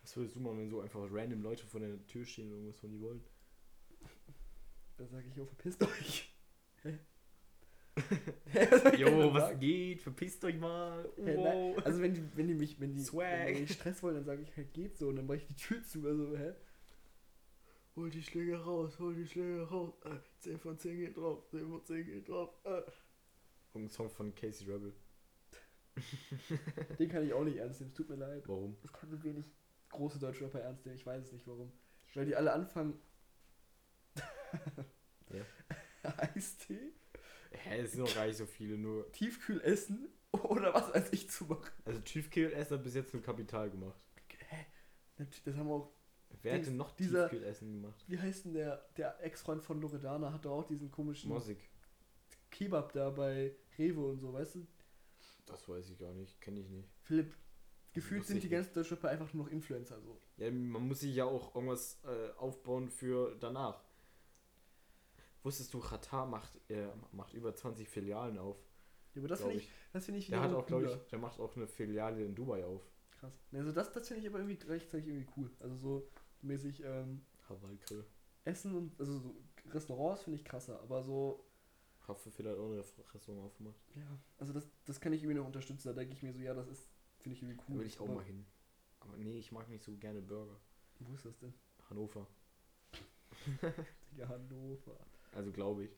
B: Was würdest du machen, wenn so einfach random Leute vor deiner Tür stehen und irgendwas von dir wollen?
A: Da sage ich, oh, verpisst euch. Hä? Hä, was soll ich denn
B: Jo,
A: da
B: was
A: sagen?
B: geht? Verpisst euch mal.
A: Hä, nein.
B: Wow.
A: Also wenn die, wenn die mich, wenn die,
B: Swag.
A: wenn die mich Stress wollen, dann sage ich halt geht so und dann mache ich die Tür zu. Also, hä?
B: Hol die Schläge raus, hol die Schläge raus. Äh, 10 von 10 geht drauf, 10 von 10 geht drauf. Äh. Irgendein Song von Casey Rebel.
A: Den kann ich auch nicht ernst nehmen, es tut mir leid.
B: Warum?
A: Ich kann so wenig große deutsche Rapper ernst nehmen, ich weiß es nicht warum. Weil die alle anfangen.
B: Ja.
A: Eistee,
B: Hä, es sind noch gar nicht so viele, nur.
A: Tiefkühl essen oder was weiß ich zu machen.
B: Also Tiefkühlessen hat bis jetzt nur Kapital gemacht.
A: Hä? Das haben wir auch.
B: Wer hat
A: Dings,
B: denn noch
A: dieser-
B: Tiefkühlessen gemacht?
A: Wie heißt denn der, der Ex-Freund von Loredana? Hat doch auch diesen komischen
B: Mosig.
A: Kebab da bei Rewe und so, weißt du?
B: Das weiß ich gar nicht, kenne ich nicht.
A: Philipp, gefühlt
B: Wusste
A: sind
B: ich
A: die
B: nicht.
A: ganzen deutschen Rapper einfach nur noch Influencer so.
B: Ja, man muss sich ja auch irgendwas äh, aufbauen für danach. Wusstest du, Qatar macht, äh, macht über 20 Filialen auf,
A: Ja, aber das
B: glaube
A: finde
B: ich.
A: ich, das finde ich
B: Der hat
A: wiederum
B: auch, glaube
A: cooler.
B: ich, der macht auch eine Filiale in Dubai auf.
A: krass. Ne, Also das, das finde ich aber irgendwie gleichzeitig irgendwie cool. Also so mäßig ähm,
B: Hawaii Grill.
A: Essen und also so Restaurants finde ich krasser, aber so
B: Haftbefehl hat auch eine Restaurant aufgemacht.
A: ja, also das, das kann ich irgendwie noch unterstützen. Da denke ich mir so, ja, das ist finde ich irgendwie
B: Da
A: cool.
B: will ich auch
A: aber
B: mal hin. Aber nee, ich mag nicht so gerne Burger.
A: Wo ist das denn?
B: Hannover.
A: Ja, Hannover.
B: Also glaube ich.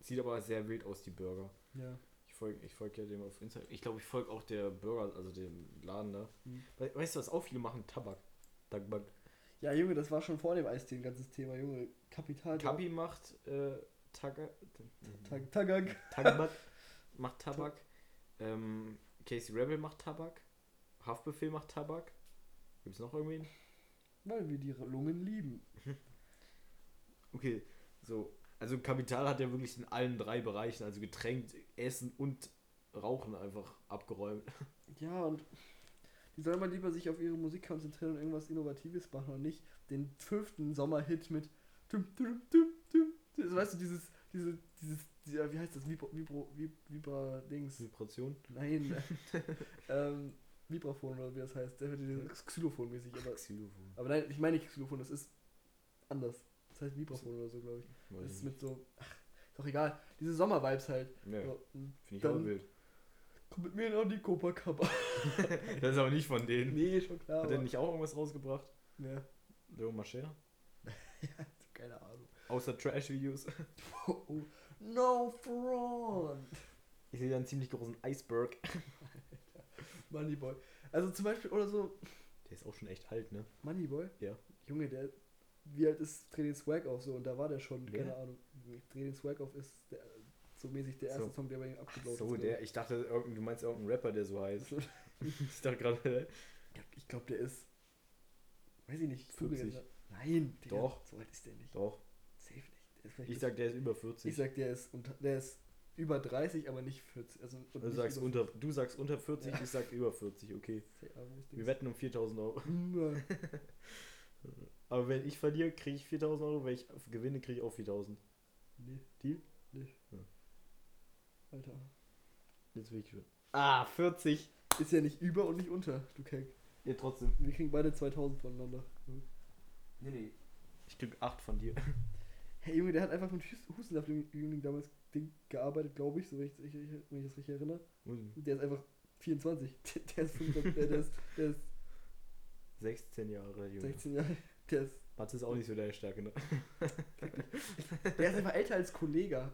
B: Sieht aber sehr wild aus, die Burger.
A: Ja.
B: Ich folge ich folg ja dem auf Instagram. Ich glaube, ich folge auch der Burger, also dem Laden da.
A: Hm.
B: We weißt du, was auch viele machen? Tabak. Tabak.
A: Ja, Junge, das war schon vor dem Eistee ein ganzes Thema, Junge. Kapital.
B: Kabi macht äh, Taga,
A: Also Tag, Tagak.
B: Tabak. macht Tabak. Ähm, Casey Rebel macht Tabak. Haftbefehl macht Tabak. Gibt es noch irgendwen?
A: Weil wir die Lungen lieben.
B: Okay, so. Also Kapital hat ja wirklich in allen drei Bereichen, also Getränk, Essen und Rauchen einfach abgeräumt.
A: Ja, und die sollen mal lieber sich auf ihre Musik konzentrieren und irgendwas Innovatives machen und nicht den fünften Sommerhit mit. Dum, dum, dum, dum. Das, weißt du, dieses, diese, dieses, dieser, wie heißt das? Vibro, Vibro, Vib- Vibra-Dings.
B: Vibration.
A: Nein. ähm, Vibraphon oder wie das heißt. Der wird dieses Xylophon-mäßig. Aber,
B: Xylophon.
A: aber nein, ich meine nicht Xylophon, das ist anders. Das heißt Vibraphon oder so, glaube ich. Das ist mit so. Ach, ist doch egal. Diese Sommer-Vibes halt.
B: Ja,
A: So, mm,
B: finde ich
A: dann-
B: auch wild.
A: komm mit mir in die Copacabana.
B: Das ist aber nicht von denen.
A: nee, schon klar.
B: Hat er
A: aber- ne.
B: nicht auch irgendwas rausgebracht?
A: Ja.
B: Leo Mascher?
A: Keine Ahnung.
B: Außer Trash-Videos.
A: Oh, oh. No front!
B: Ich sehe da einen ziemlich großen Iceberg.
A: Moneyboy. Also zum Beispiel, oder so,
B: Der ist auch schon echt alt, ne?
A: Moneyboy?
B: Ja.
A: Junge, der, wie alt ist Dreh den Swag auf so? Und da war der schon,
B: Wer?
A: keine Ahnung. Dreh den Swag auf ist der, so mäßig der
B: So.
A: erste Song, der bei ihm abgeblockt
B: So,
A: ist.
B: der, ich dachte, irgendein, du meinst irgendeinen Rapper, der so heißt. ich dachte gerade,
A: Ich glaube, der ist, weiß ich nicht,
B: 50.
A: Google jetzt mal. Nein, Digga,
B: Doch.
A: So alt ist der nicht.
B: doch.
A: Safe nicht. Jetzt bin
B: Ich sag, der ist über 40.
A: ich sag, der ist, unter, der ist über 30, aber nicht 40. Also, und
B: du,
A: nicht
B: sagst
A: über
B: unter, du sagst unter 40, ich sag über 40, okay.
A: 50, aber ich
B: Wir
A: denk's-
B: wetten um 4000 Euro.
A: Hm, äh,
B: Aber wenn ich verliere, kriege ich 4000 Euro. Wenn ich gewinne, kriege ich auch 4000.
A: Nee.
B: Deal?
A: Nee.
B: Ja.
A: Alter.
B: Jetzt bin ich schon.
C: Ah, 40.
A: Ist ja nicht über und nicht unter, du Keck.
B: Ja, trotzdem.
A: Wir kriegen beide 2000 voneinander.
B: Nee, nee. Ich krieg 8 von dir.
A: Hey Junge, der hat einfach mit Hus- Hustensaft im Jüngling damals Ding gearbeitet, glaube ich, so wenn ich, ich, ich, wenn ich das richtig erinnere. Der ist einfach 24. Der, der ist 25, äh, der ist, der ist
B: 16 Jahre, Junge.
A: 16 Jahre. Der ist,
B: Mathe ist auch nicht so deine Stärke, ne?
A: der ist einfach älter als Kollega.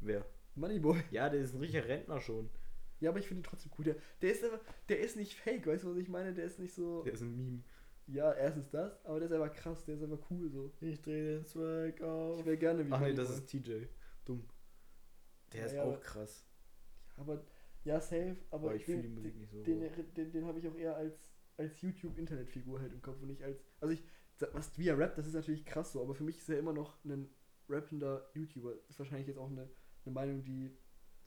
B: Wer?
A: Moneyboy.
B: Ja, der ist ein richtiger Rentner schon.
A: Ja, aber ich finde ihn trotzdem cool. Der, der ist einfach, der ist nicht fake, weißt du, was ich meine? Der ist nicht so.
B: Der ist ein Meme.
A: Ja, erstens das, aber der ist einfach krass, der ist einfach cool so.
B: Ich drehe den Zweig auf.
A: Ich wäre gerne wie
B: Ach nee,
A: Moneyboy.
B: das ist TJ. Dumm. Der ist
A: Ja, ja,
B: auch
A: aber-
B: krass.
A: Aber, ja, safe, aber,
B: Aber ich
A: den-
B: fühle die Musik nicht so.
A: den, den, den habe ich auch eher als, als YouTube-Internetfigur halt im Kopf und nicht als. Also ich. Was, wie er rappt, das ist natürlich krass so, aber für mich ist er immer noch ein rappender YouTuber. Ist wahrscheinlich jetzt auch eine, eine Meinung, die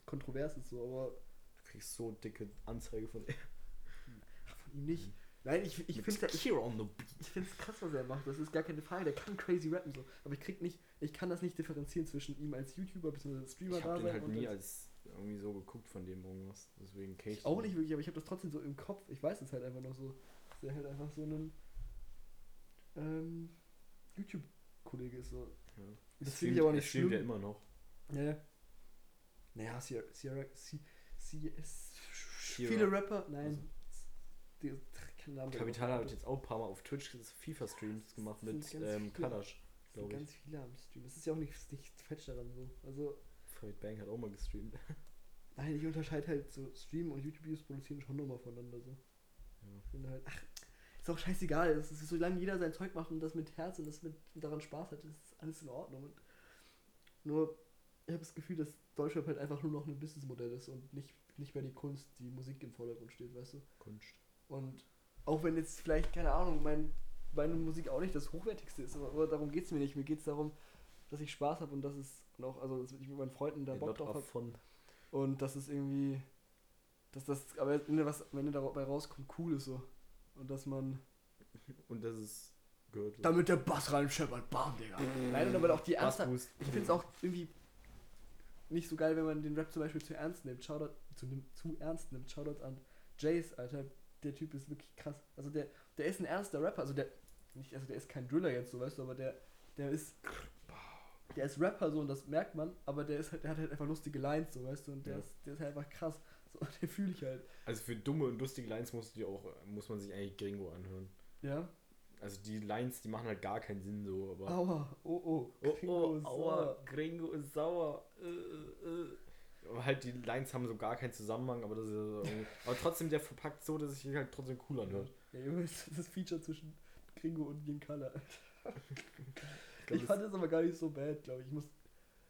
A: kontrovers ist so, aber
B: Du kriegst so dicke Anzeige von
A: ach, von ihm
B: Mhm.
A: nicht. Nein, ich, ich finde ich,
B: Here on the Beat.
A: ich find's krass, was er macht. Das ist gar keine Frage. Der kann crazy rappen so. Aber ich krieg nicht, ich kann das nicht differenzieren zwischen ihm als YouTuber bzw. Streamer
B: Ich hab den
A: sein
B: halt
A: und
B: nie
A: als-
B: als irgendwie so geguckt von dem irgendwas. Deswegen kenn ich
A: ich auch nicht wirklich, aber ich habe das trotzdem so im Kopf. Ich weiß es halt einfach noch so. Dass er halt einfach so ein ähm, YouTube-Kollege ist so.
B: Ja.
A: Das finde ich aber nicht
B: stimmt ja
A: schlimm.
B: immer noch.
A: Ja, ja. Naja, Sierra, Sierra, Sie- Sie- es-
B: Sierra.
A: viele Rapper, nein.
B: Also.
A: Die, kein Name
B: Kapital habe ich jetzt auch ein paar Mal auf Twitch FIFA-Streams gemacht
A: sind
B: mit
A: ganz
B: ähm,
A: viele.
B: Kalash,
A: sind
B: glaube ich.
A: ganz viele am Stream. Es ist ja auch nichts nicht falsch daran so. Also,
B: Fred Bang hat auch mal gestreamt.
A: nein, ich unterscheide halt so Stream und YouTube-Videos produzieren schon nochmal voneinander so. Ich finde halt, ach, ist auch scheißegal. Es ist, solange jeder sein Zeug macht und das mit Herz und das mit und daran Spaß hat, ist alles in Ordnung. Und nur, ich habe das Gefühl, dass Deutschrap halt einfach nur noch ein Businessmodell ist und nicht, nicht mehr die Kunst, die Musik im Vordergrund steht, weißt du?
B: Kunst.
A: Und auch wenn jetzt vielleicht, keine Ahnung, mein, meine Musik auch nicht das Hochwertigste ist, aber, aber darum geht es mir nicht. Mir geht es darum, dass ich Spaß habe und dass es noch, also dass ich mit meinen Freunden da
B: Der
A: Bock
B: Lot
A: drauf habe.
B: von.
A: Und dass es irgendwie, dass das aber am Ende, was am Ende dabei rauskommt, cool ist so. Und dass man.
B: Und das ist gehört.
A: Damit der Bass reinscheppert, bam, Digga.
B: Mm.
A: Nein, und aber auch die Ernst.
B: Bassboost.
A: Ich finde es auch irgendwie nicht so geil, wenn man den Rap zum Beispiel zu ernst nimmt. Shoutout, zu, nimm- zu ernst nimmt. Shoutout an Jace, Alter. Der Typ ist wirklich krass. Also der, der ist ein ernster Rapper. Also der, nicht, also der ist kein Driller jetzt, so weißt du, aber der, der ist, der ist Rapper so und das merkt man. Aber der ist halt, der hat halt einfach lustige Lines, so weißt du, und der
B: Ja.
A: ist, der ist halt einfach krass. So, den fühle ich halt.
B: Also für dumme und lustige Lines musst du dir auch, muss man sich eigentlich Gringo anhören.
A: Ja.
B: Also die Lines, die machen halt gar keinen Sinn so, aber.
A: Aua, oh oh.
B: Oh,
A: Gringo
B: oh,
A: ist
B: aua,
A: sauer.
B: Gringo ist sauer. Äh, äh. Aber halt die Lines haben so gar keinen Zusammenhang, aber das ist ja so irgendwie- Aber trotzdem, der verpackt so, dass es sich halt trotzdem cool anhört.
A: Ja, Junge, das ist das Feature zwischen Gringo und Giancala.
B: Ich
A: Ich,
B: glaub, das-
A: fand das aber gar nicht so bad, glaube ich. Ich muss.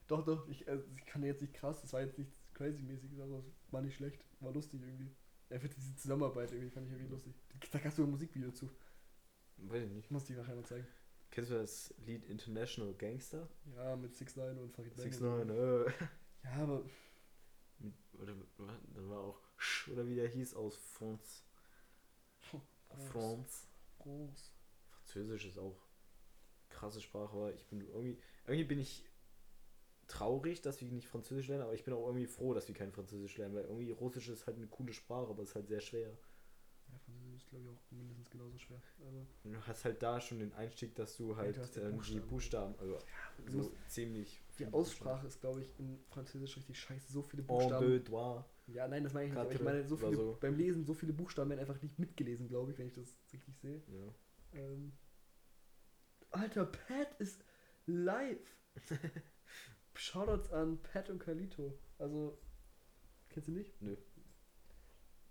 A: Doch, doch, ich, also ich kann jetzt nicht krass, das war jetzt nichts crazy-mäßiges, aber es war nicht schlecht. War lustig irgendwie. Einfach diese Zusammenarbeit irgendwie fand ich irgendwie lustig. Da kannst du ein Musikvideo zu.
B: Weiß ich nicht.
A: Ich muss dir nachher mal zeigen.
B: Kennst du das Lied International Gangster?
A: Ja, mit 6 9 und Farid Bang.
B: 6 9 äh.
A: Ja, aber
B: Mit- Oder dann war auch Sch, oder wie der hieß aus France. France.
A: groß.
B: Französisch ist auch krasse Sprache, aber ich bin irgendwie. Irgendwie bin ich traurig, dass wir nicht Französisch lernen, aber ich bin auch irgendwie froh, dass wir kein Französisch lernen, weil irgendwie Russisch ist halt eine coole Sprache, aber ist halt sehr schwer.
A: Ja, Französisch ist, glaube ich, auch mindestens genauso schwer. Aber
B: Und Du hast halt da schon den Einstieg, dass du halt
A: du hast die
B: ähm, die Buchstaben, also
A: du
B: so
A: musst-
B: ziemlich.
A: die
B: viele
A: Aussprache ist, glaube ich, in Französisch richtig scheiße. So viele
B: Buchstaben. En
A: Buchstaben.
B: deux doigts.
A: Ja, nein, das meine ich nicht. Aber ich
B: Quatre
A: meine, so
B: oder
A: viele,
B: so.
A: beim Lesen, so viele Buchstaben werden einfach nicht mitgelesen, glaube ich, wenn ich das richtig sehe.
B: Ja.
A: Ähm. Alter, Pat ist live. Shoutouts an Pat und Carlito. Also, kennst du nicht?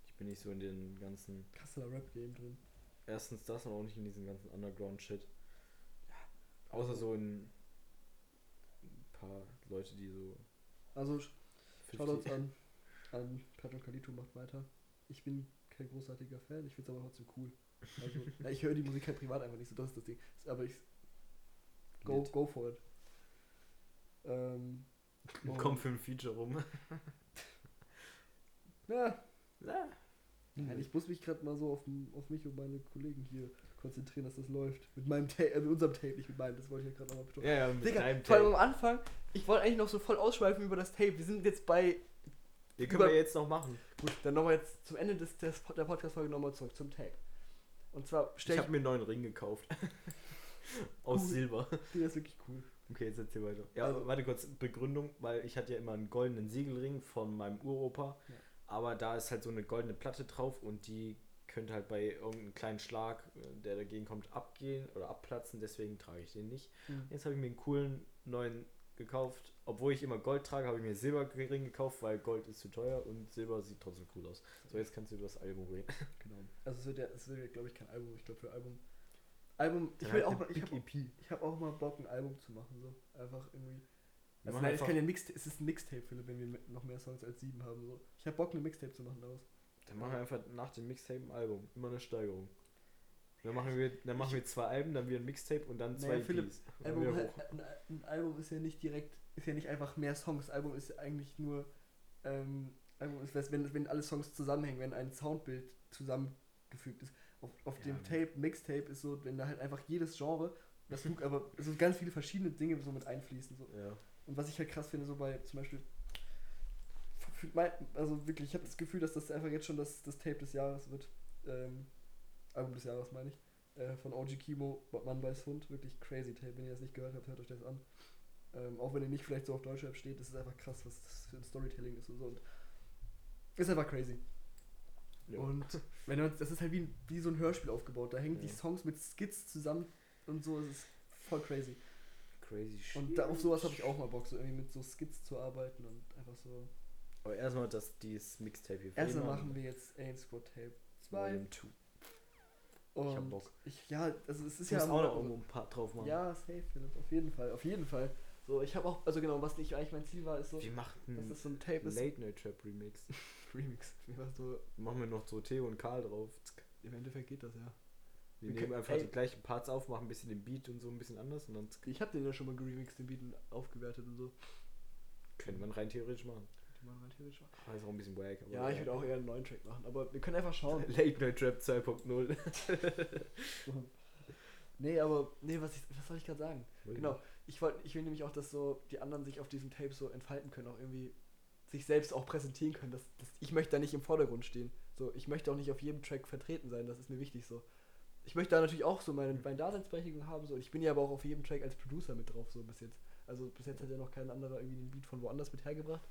B: Ich bin nicht so in den ganzen.
A: Kasseler Rap Game drin.
B: Erstens das und auch nicht in diesem ganzen Underground-Shit. Außer so in ein paar Leute, die so.
A: Also, Sh-
B: 50
A: Shoutouts an, an Pat und Carlito, macht weiter. Ich bin kein großartiger Fan, ich find's aber trotzdem cool. Also, na, ich höre die Musik halt privat einfach nicht so, das ist das Ding. Aber ich. Go,
B: Lit.
A: go for it. Ähm, und-
B: Kommt für ein Feature rum.
A: Ja,
B: Ja. Mhm.
A: Nein, ich muss mich gerade mal so auf, m- auf mich und meine Kollegen hier konzentrieren, dass das läuft. Mit meinem Tape, äh, mit unserem Tape, nicht mit meinem, das wollte ich ja gerade nochmal betonen.
B: Ja, ja, mit
A: Digga,
B: deinem
A: vor allem
B: Tape.
A: am Anfang, ich wollte eigentlich noch so voll ausschweifen über das Tape. Wir sind jetzt bei
B: Den können wir
A: über-
B: jetzt noch machen.
A: Gut, dann nochmal jetzt zum Ende des, des, der Podcast-Folge nochmal zurück zum Tape. Und zwar
B: Ich
A: stell ich,
B: habe mir einen neuen Ring gekauft. Aus
A: Cool.
B: Silber.
A: mir das wirklich cool.
B: Okay, jetzt erzähl weiter. Ja,
A: Also-
B: warte kurz, Begründung, weil ich hatte ja immer einen goldenen Siegelring von meinem Uropa,
A: Ja.
B: aber da ist halt so eine goldene Platte drauf und die könnte halt bei irgendeinem kleinen Schlag, äh, der dagegen kommt, abgehen oder abplatzen, deswegen trage ich den nicht.
A: Mhm.
B: Jetzt habe ich mir einen coolen neuen gekauft. Obwohl ich immer Gold trage, habe ich mir Silberring gekauft, weil Gold ist zu teuer und Silber sieht trotzdem cool aus. So, jetzt kannst du über das Album reden.
A: Genau. Also es wird ja, es wird ja glaube ich, kein Album. Ich glaube für Album. Album, ich will
B: Dann halt
A: auch
B: eine
A: mal, ich
B: Big
A: habe hab auch mal Bock, ein Album zu machen. So. Einfach irgendwie.
B: Wir
A: Also
B: machen
A: nein, es,
B: einfach-
A: kann ja Mixta- es ist ein Mixtape, Philipp, wenn wir me- noch mehr Songs als sieben haben. So. Ich habe Bock, eine Mixtape zu machen daraus.
B: Dann machen wir einfach nach dem Mixtape ein Album. Immer eine Steigerung. Dann machen wir, dann machen wir zwei Alben, dann wieder ein Mixtape und dann
A: Naja,
B: zwei
A: Philipp,
B: EPs. Und dann
A: Album,
B: wieder
A: halt-
B: hoch.
A: ein, ein Album ist ja nicht direkt, ist ja nicht einfach mehr Songs. Album ist eigentlich nur, ähm, Album ist, wenn, wenn alle Songs zusammenhängen, wenn ein Soundbild zusammengefügt ist. Auf, auf
B: Ja.
A: dem Tape, Mixtape ist so, wenn da halt einfach jedes Genre, das Luke aber so ganz viele verschiedene Dinge so mit einfließen. So.
B: Ja.
A: Und was ich halt krass finde, so bei zum Beispiel, fühlt mein, also wirklich, ich habe das Gefühl, dass das einfach jetzt schon das, das Tape des Jahres wird. Ähm, Album des Jahres meine ich. Äh, von OG Kimo, Mann weiß Hund. Wirklich crazy Tape. Wenn ihr das nicht gehört habt, hört euch das an. Ähm, auch wenn ihr nicht vielleicht so auf Deutschrap steht, das ist einfach krass, was das für ein Storytelling ist und so. Und ist einfach crazy.
B: Ja.
A: Und wenn ihr uns, das ist halt wie, ein- wie so ein Hörspiel aufgebaut. Da hängen die
B: Ja.
A: Songs mit Skits zusammen und so. Es ist voll crazy.
B: Crazy
A: Und
B: shit.
A: da, auf sowas habe ich auch mal Bock, so irgendwie mit so Skits zu arbeiten und einfach so.
B: Aber erstmal das dieses Mixtape hier. für
A: Erstmal
B: jemanden.
A: machen wir jetzt Aim Squad Tape 2.
B: Volume 2.
A: Und
B: hab Bock.
A: Ich, ja, also es ist
B: Ich
A: ja
B: muss auch
A: am-
B: noch irgendwo ein paar drauf machen.
A: Ja, safe, Philipp, auf jeden Fall, auf jeden Fall. So, ich habe auch, also genau, was ich eigentlich mein Ziel war, ist so,
B: Wir machen
A: dass
B: ein
A: das so ein Tape ist.
B: Late Night Trap Remix.
A: Remix. Mir war so,
B: machen wir noch so Theo und Karl drauf. Zack.
A: im Endeffekt geht das ja.
B: Wir
A: Wir
B: nehmen
A: können-
B: einfach
A: ey.
B: die gleichen Parts auf, machen ein bisschen den Beat und so ein bisschen anders und dann zack.
A: Ich hab den ja schon mal geremixed, den Beat und aufgewertet und so.
B: könnte man rein theoretisch machen.
A: Die machen rein theoretisch auch.
B: Aber ist auch ein bisschen wack. aber
A: Ja, ich würde auch eher einen neuen Track machen, aber wir können einfach schauen.
B: Late Night Trap 2.0.
A: nee, aber, nee, was, ich, was soll ich gerade sagen? Genau. Ich, wollt, ich will nämlich auch, dass so die anderen sich auf diesem Tape so entfalten können, auch irgendwie sich selbst auch präsentieren können. Dass, dass, ich möchte da nicht im Vordergrund stehen. So, ich möchte auch nicht auf jedem Track vertreten sein, das ist mir wichtig so. Ich möchte da natürlich auch so meine, meine Daseinsberechtigung haben, so. Ich bin ja aber auch auf jedem Track als Producer mit drauf, so bis jetzt. Also bis jetzt hat ja noch kein anderer irgendwie den Beat von woanders mit hergebracht.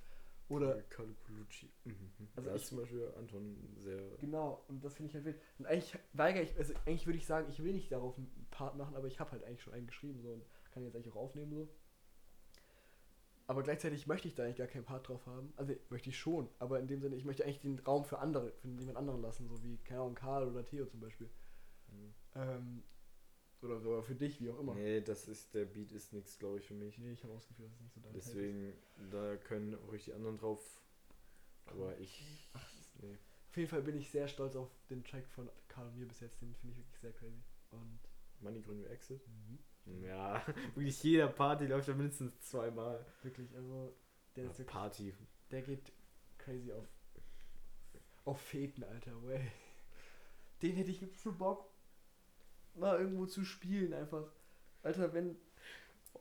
A: Oder
B: Carlo Colucci. Mhm.
A: Also
B: Also da
A: ich-
B: ist zum Beispiel Anton sehr.
A: Genau, und das finde ich halt wild. Und eigentlich weigere ich, also eigentlich würde ich sagen, ich will nicht darauf einen Part machen, aber ich habe halt eigentlich schon einen geschrieben so und kann jetzt eigentlich auch aufnehmen so. Aber gleichzeitig möchte ich da eigentlich gar keinen Part drauf haben. Also möchte ich schon, aber in dem Sinne, ich möchte eigentlich den Raum für andere, für jemand anderen lassen, so wie, keine Ahnung, Karl oder Theo zum Beispiel. Ähm, oder sogar für dich, wie auch immer. Nee,
B: Mhm. Nee, das ist der Beat ist nichts, glaube ich, für mich.
A: ich habe ausgeführt, das ist nicht so dein Type.
B: Deswegen, da können ruhig die anderen drauf. Aber ich. Nee.
A: Auf jeden Fall bin ich sehr stolz auf den Track von Karl und mir bis jetzt, den finde ich wirklich sehr crazy. Und
B: Money Grün Exit.
A: Mhm.
B: Ja, wirklich jeder Party läuft da mindestens zweimal.
A: wirklich, also der ist
B: Ja,
A: wirklich
B: Party.
A: Der geht crazy auf. Auf Feten, Alter, way. Den hätte ich so Bock, mal irgendwo zu spielen, einfach. Alter, wenn.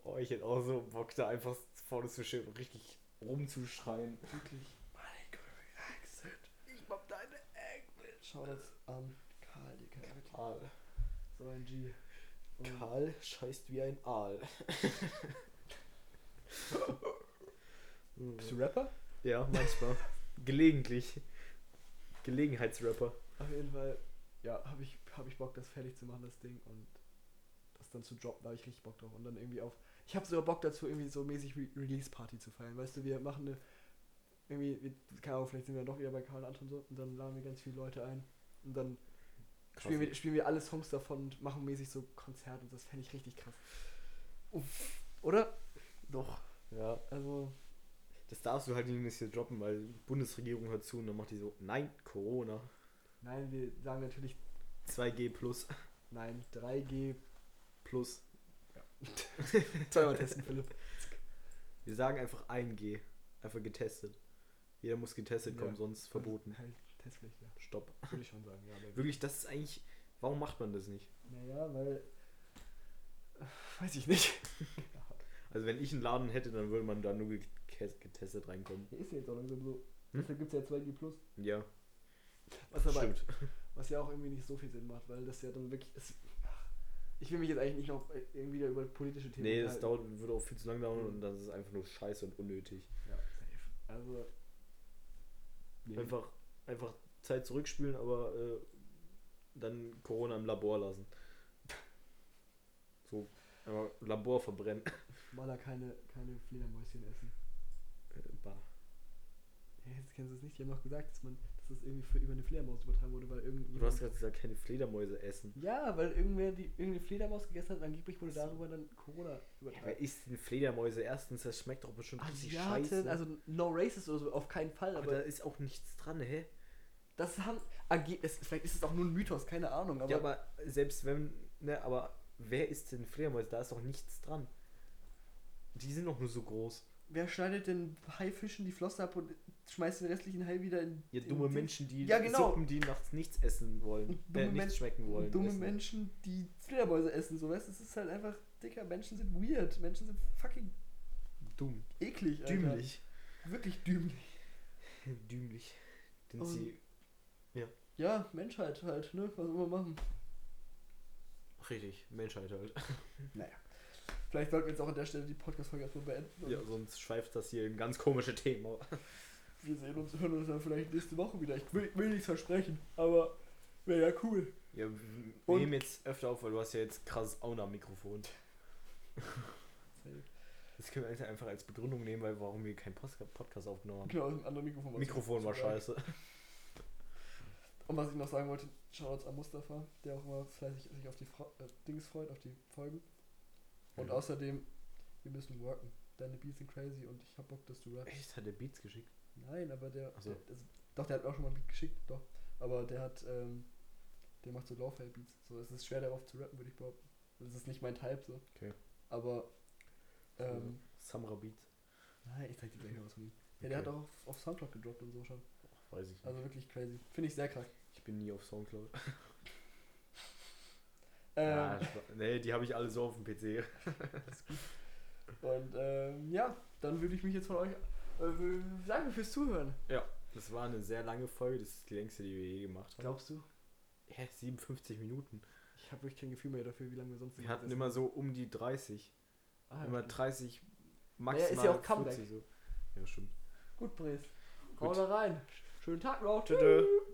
B: Oh, ich hätte auch so Bock, da einfach vorne zu stehen und richtig rumzuschreien.
A: Wirklich. Mein Gott, Exit. Ich mach deine Exit. Schau das an. Karl, Digga. wirklich.
B: Aal.
A: So ein G. Und
B: Karl scheißt wie ein Aal.
A: Bist du Rapper?
B: ja, manchmal. Gelegentlich. Gelegenheitsrapper.
A: Auf jeden Fall, ja, habe ich, hab ich Bock, das fertig zu machen, das Ding. Und das dann zu droppen, da habe ich richtig Bock drauf. Und dann irgendwie auf. Ich habe sogar Bock dazu, irgendwie so mäßig Re Release-Party zu feiern. Weißt du, wir machen eine. Irgendwie, wir, keine Ahnung, vielleicht sind wir doch wieder bei Karl und Anton so. Und dann laden wir ganz viele Leute ein. Und dann spielen wir, spielen wir alle Songs davon und machen mäßig so Konzerte. Und das fände ich richtig krass. Uff, oder? Doch.
B: Ja.
A: Also,
B: Das darfst du halt nicht hier droppen, weil die Bundesregierung hört zu und dann macht die so, nein, Corona,
A: nein, wir sagen natürlich
B: 2G plus,
A: nein, 3G.
B: plus.
A: Halt Zweimal testen, Philipp.
B: Wir Wir sagen einfach 1G. Einfach getestet. Jeder muss getestet
A: Ja.
B: kommen, sonst verboten.
A: Halt, Testpflicht, ja.
B: Stopp.
A: Würde ich schon sagen, ja. aber-
B: Wirklich, das ist eigentlich. Warum macht man das nicht?
A: Naja, weil. äh, Weiß ich nicht.
B: Also, wenn ich einen Laden hätte, dann würde man da nur gete- getestet reinkommen.
A: Hier ist ja jetzt auch langsam so.
B: Hm?
A: Deshalb gibt es ja 2G Plus.
B: Ja,
A: Was aber
B: stimmt.
A: was ja auch irgendwie nicht so viel Sinn macht, weil das ja dann wirklich ist. Ich will mich jetzt eigentlich nicht noch irgendwie da über politische Themen.
B: Nee, das
A: unterhalten.
B: dauert, würde auch viel zu lange dauern
A: Mhm.
B: und das ist einfach nur scheiße und unnötig.
A: Ja, safe. Also. Nee.
B: Einfach, einfach Zeit zurückspielen, aber äh, dann Corona im Labor lassen. So, aber Labor verbrennen.
A: Mal da keine, keine Fledermäuschen essen.
B: Äh, bah.
A: Hey, jetzt kennst du es nicht. Die haben doch gesagt, dass man, dass das irgendwie für, über eine Fledermaus übertragen wurde, weil irgendwie.
B: Du hast gerade gesagt, keine Fledermäuse essen.
A: Ja, weil irgendwer die irgendeine Fledermaus gegessen hat und angeblich wurde darüber dann Corona
B: Ja, wer
A: übertragen.
B: isst denn Fledermäuse? Erstens, das schmeckt doch bestimmt richtig
A: Asiaten,
B: scheiße.
A: also no racist oder so, auf keinen Fall,
B: aber,
A: aber,
B: da ist auch nichts dran, hä?
A: das haben AG, es, vielleicht ist es auch nur ein Mythos, keine Ahnung, aber,
B: ja, aber selbst wenn, ne, aber wer isst denn Fledermäuse? Da ist doch nichts dran. Die sind doch nur so groß.
A: wer schneidet denn Haifischen die Flosse ab und schmeißt den restlichen Hai wieder in
B: Ja,
A: in
B: dumme
A: Dings?
B: Menschen, die
A: Ja, genau.
B: Suppen, die nachts nichts essen wollen,
A: Und
B: äh,
A: dumme
B: nichts
A: Men-
B: schmecken wollen.
A: dumme
B: essen.
A: Menschen, die Fledermäuse essen, so weißt, du, es ist halt einfach dicker, Menschen sind weird, Menschen sind fucking
B: Dumm.
A: eklig, Alter.
B: Dümmlich.
A: Wirklich dümmlich.
B: Dümmlich. Denn
A: Und-
B: sie.
A: Ja, Menschheit halt, ne, was immer machen.
B: Richtig, Menschheit halt.
A: Naja. Vielleicht sollten wir jetzt auch an der Stelle die Podcast-Folge erstmal beenden. und
B: Ja, sonst schweift das hier in ganz komische Themen. ab.
A: Wir sehen uns, hören uns dann vielleicht nächste Woche wieder. Ich will, will nichts versprechen, aber wäre ja cool.
B: Ja, wir
A: Und-
B: nehmen jetzt öfter auf, weil du hast ja jetzt krasses Auna-Mikrofon. Das können wir eigentlich einfach als Begründung nehmen, weil warum wir keinen Postka- Podcast aufgenommen haben.
A: Genau, aus dem anderen Mikrofon. was
B: Mikrofon
A: ich-
B: war scheiße.
A: Und was ich noch sagen wollte, Shoutouts an Mustafa, der auch immer fleißig sich auf die Fro äh, Dings freut, auf die Folgen. Und
B: Ja.
A: außerdem, wir müssen worken. Deine Beats sind crazy und ich hab Bock, dass du rappst.
B: Echt, hat der Beats geschickt?
A: Nein, aber der,
B: Ach so.
A: der also, doch, der hat mir auch schon mal ein Beat geschickt, doch. Aber der hat, ähm, der macht so Laufhead-Beats. So, es ist schwer darauf zu rappen, würde ich behaupten. Das ist nicht mein Type, so.
B: Okay.
A: Aber, ähm,
B: Samra Beats?
A: Nein, ich zeig dir gleich noch was von ihm. Ja, der hat
B: Okay.
A: auch auf, auf Soundcloud gedroppt und so schon.
B: Weiß ich nicht.
A: Also wirklich crazy. Finde ich sehr krass.
B: ich bin nie auf Soundcloud.
A: Ähm,
B: Ja, Sp- nee, die habe ich alle so auf dem PC.
A: Und ähm, ja, dann würde ich mich jetzt von euch. Äh, danke fürs Zuhören.
B: Das war eine sehr lange Folge, das ist die längste, die wir je gemacht haben.
A: Glaubst du?
B: Hä, 57 Minuten.
A: Ich habe wirklich kein Gefühl mehr dafür, wie lange wir sonst
B: Wir
A: noch
B: hatten
A: sitzen.
B: immer so um die 30.
A: Ah, ja,
B: immer
A: stimmt.
B: 30,
A: ja
B: maximal
A: ist ja auch Comeback.
B: so. Ja, stimmt.
A: Gut, Bres.
B: Gut.
A: Haut da rein. Schönen Tag noch.
B: Tschüss.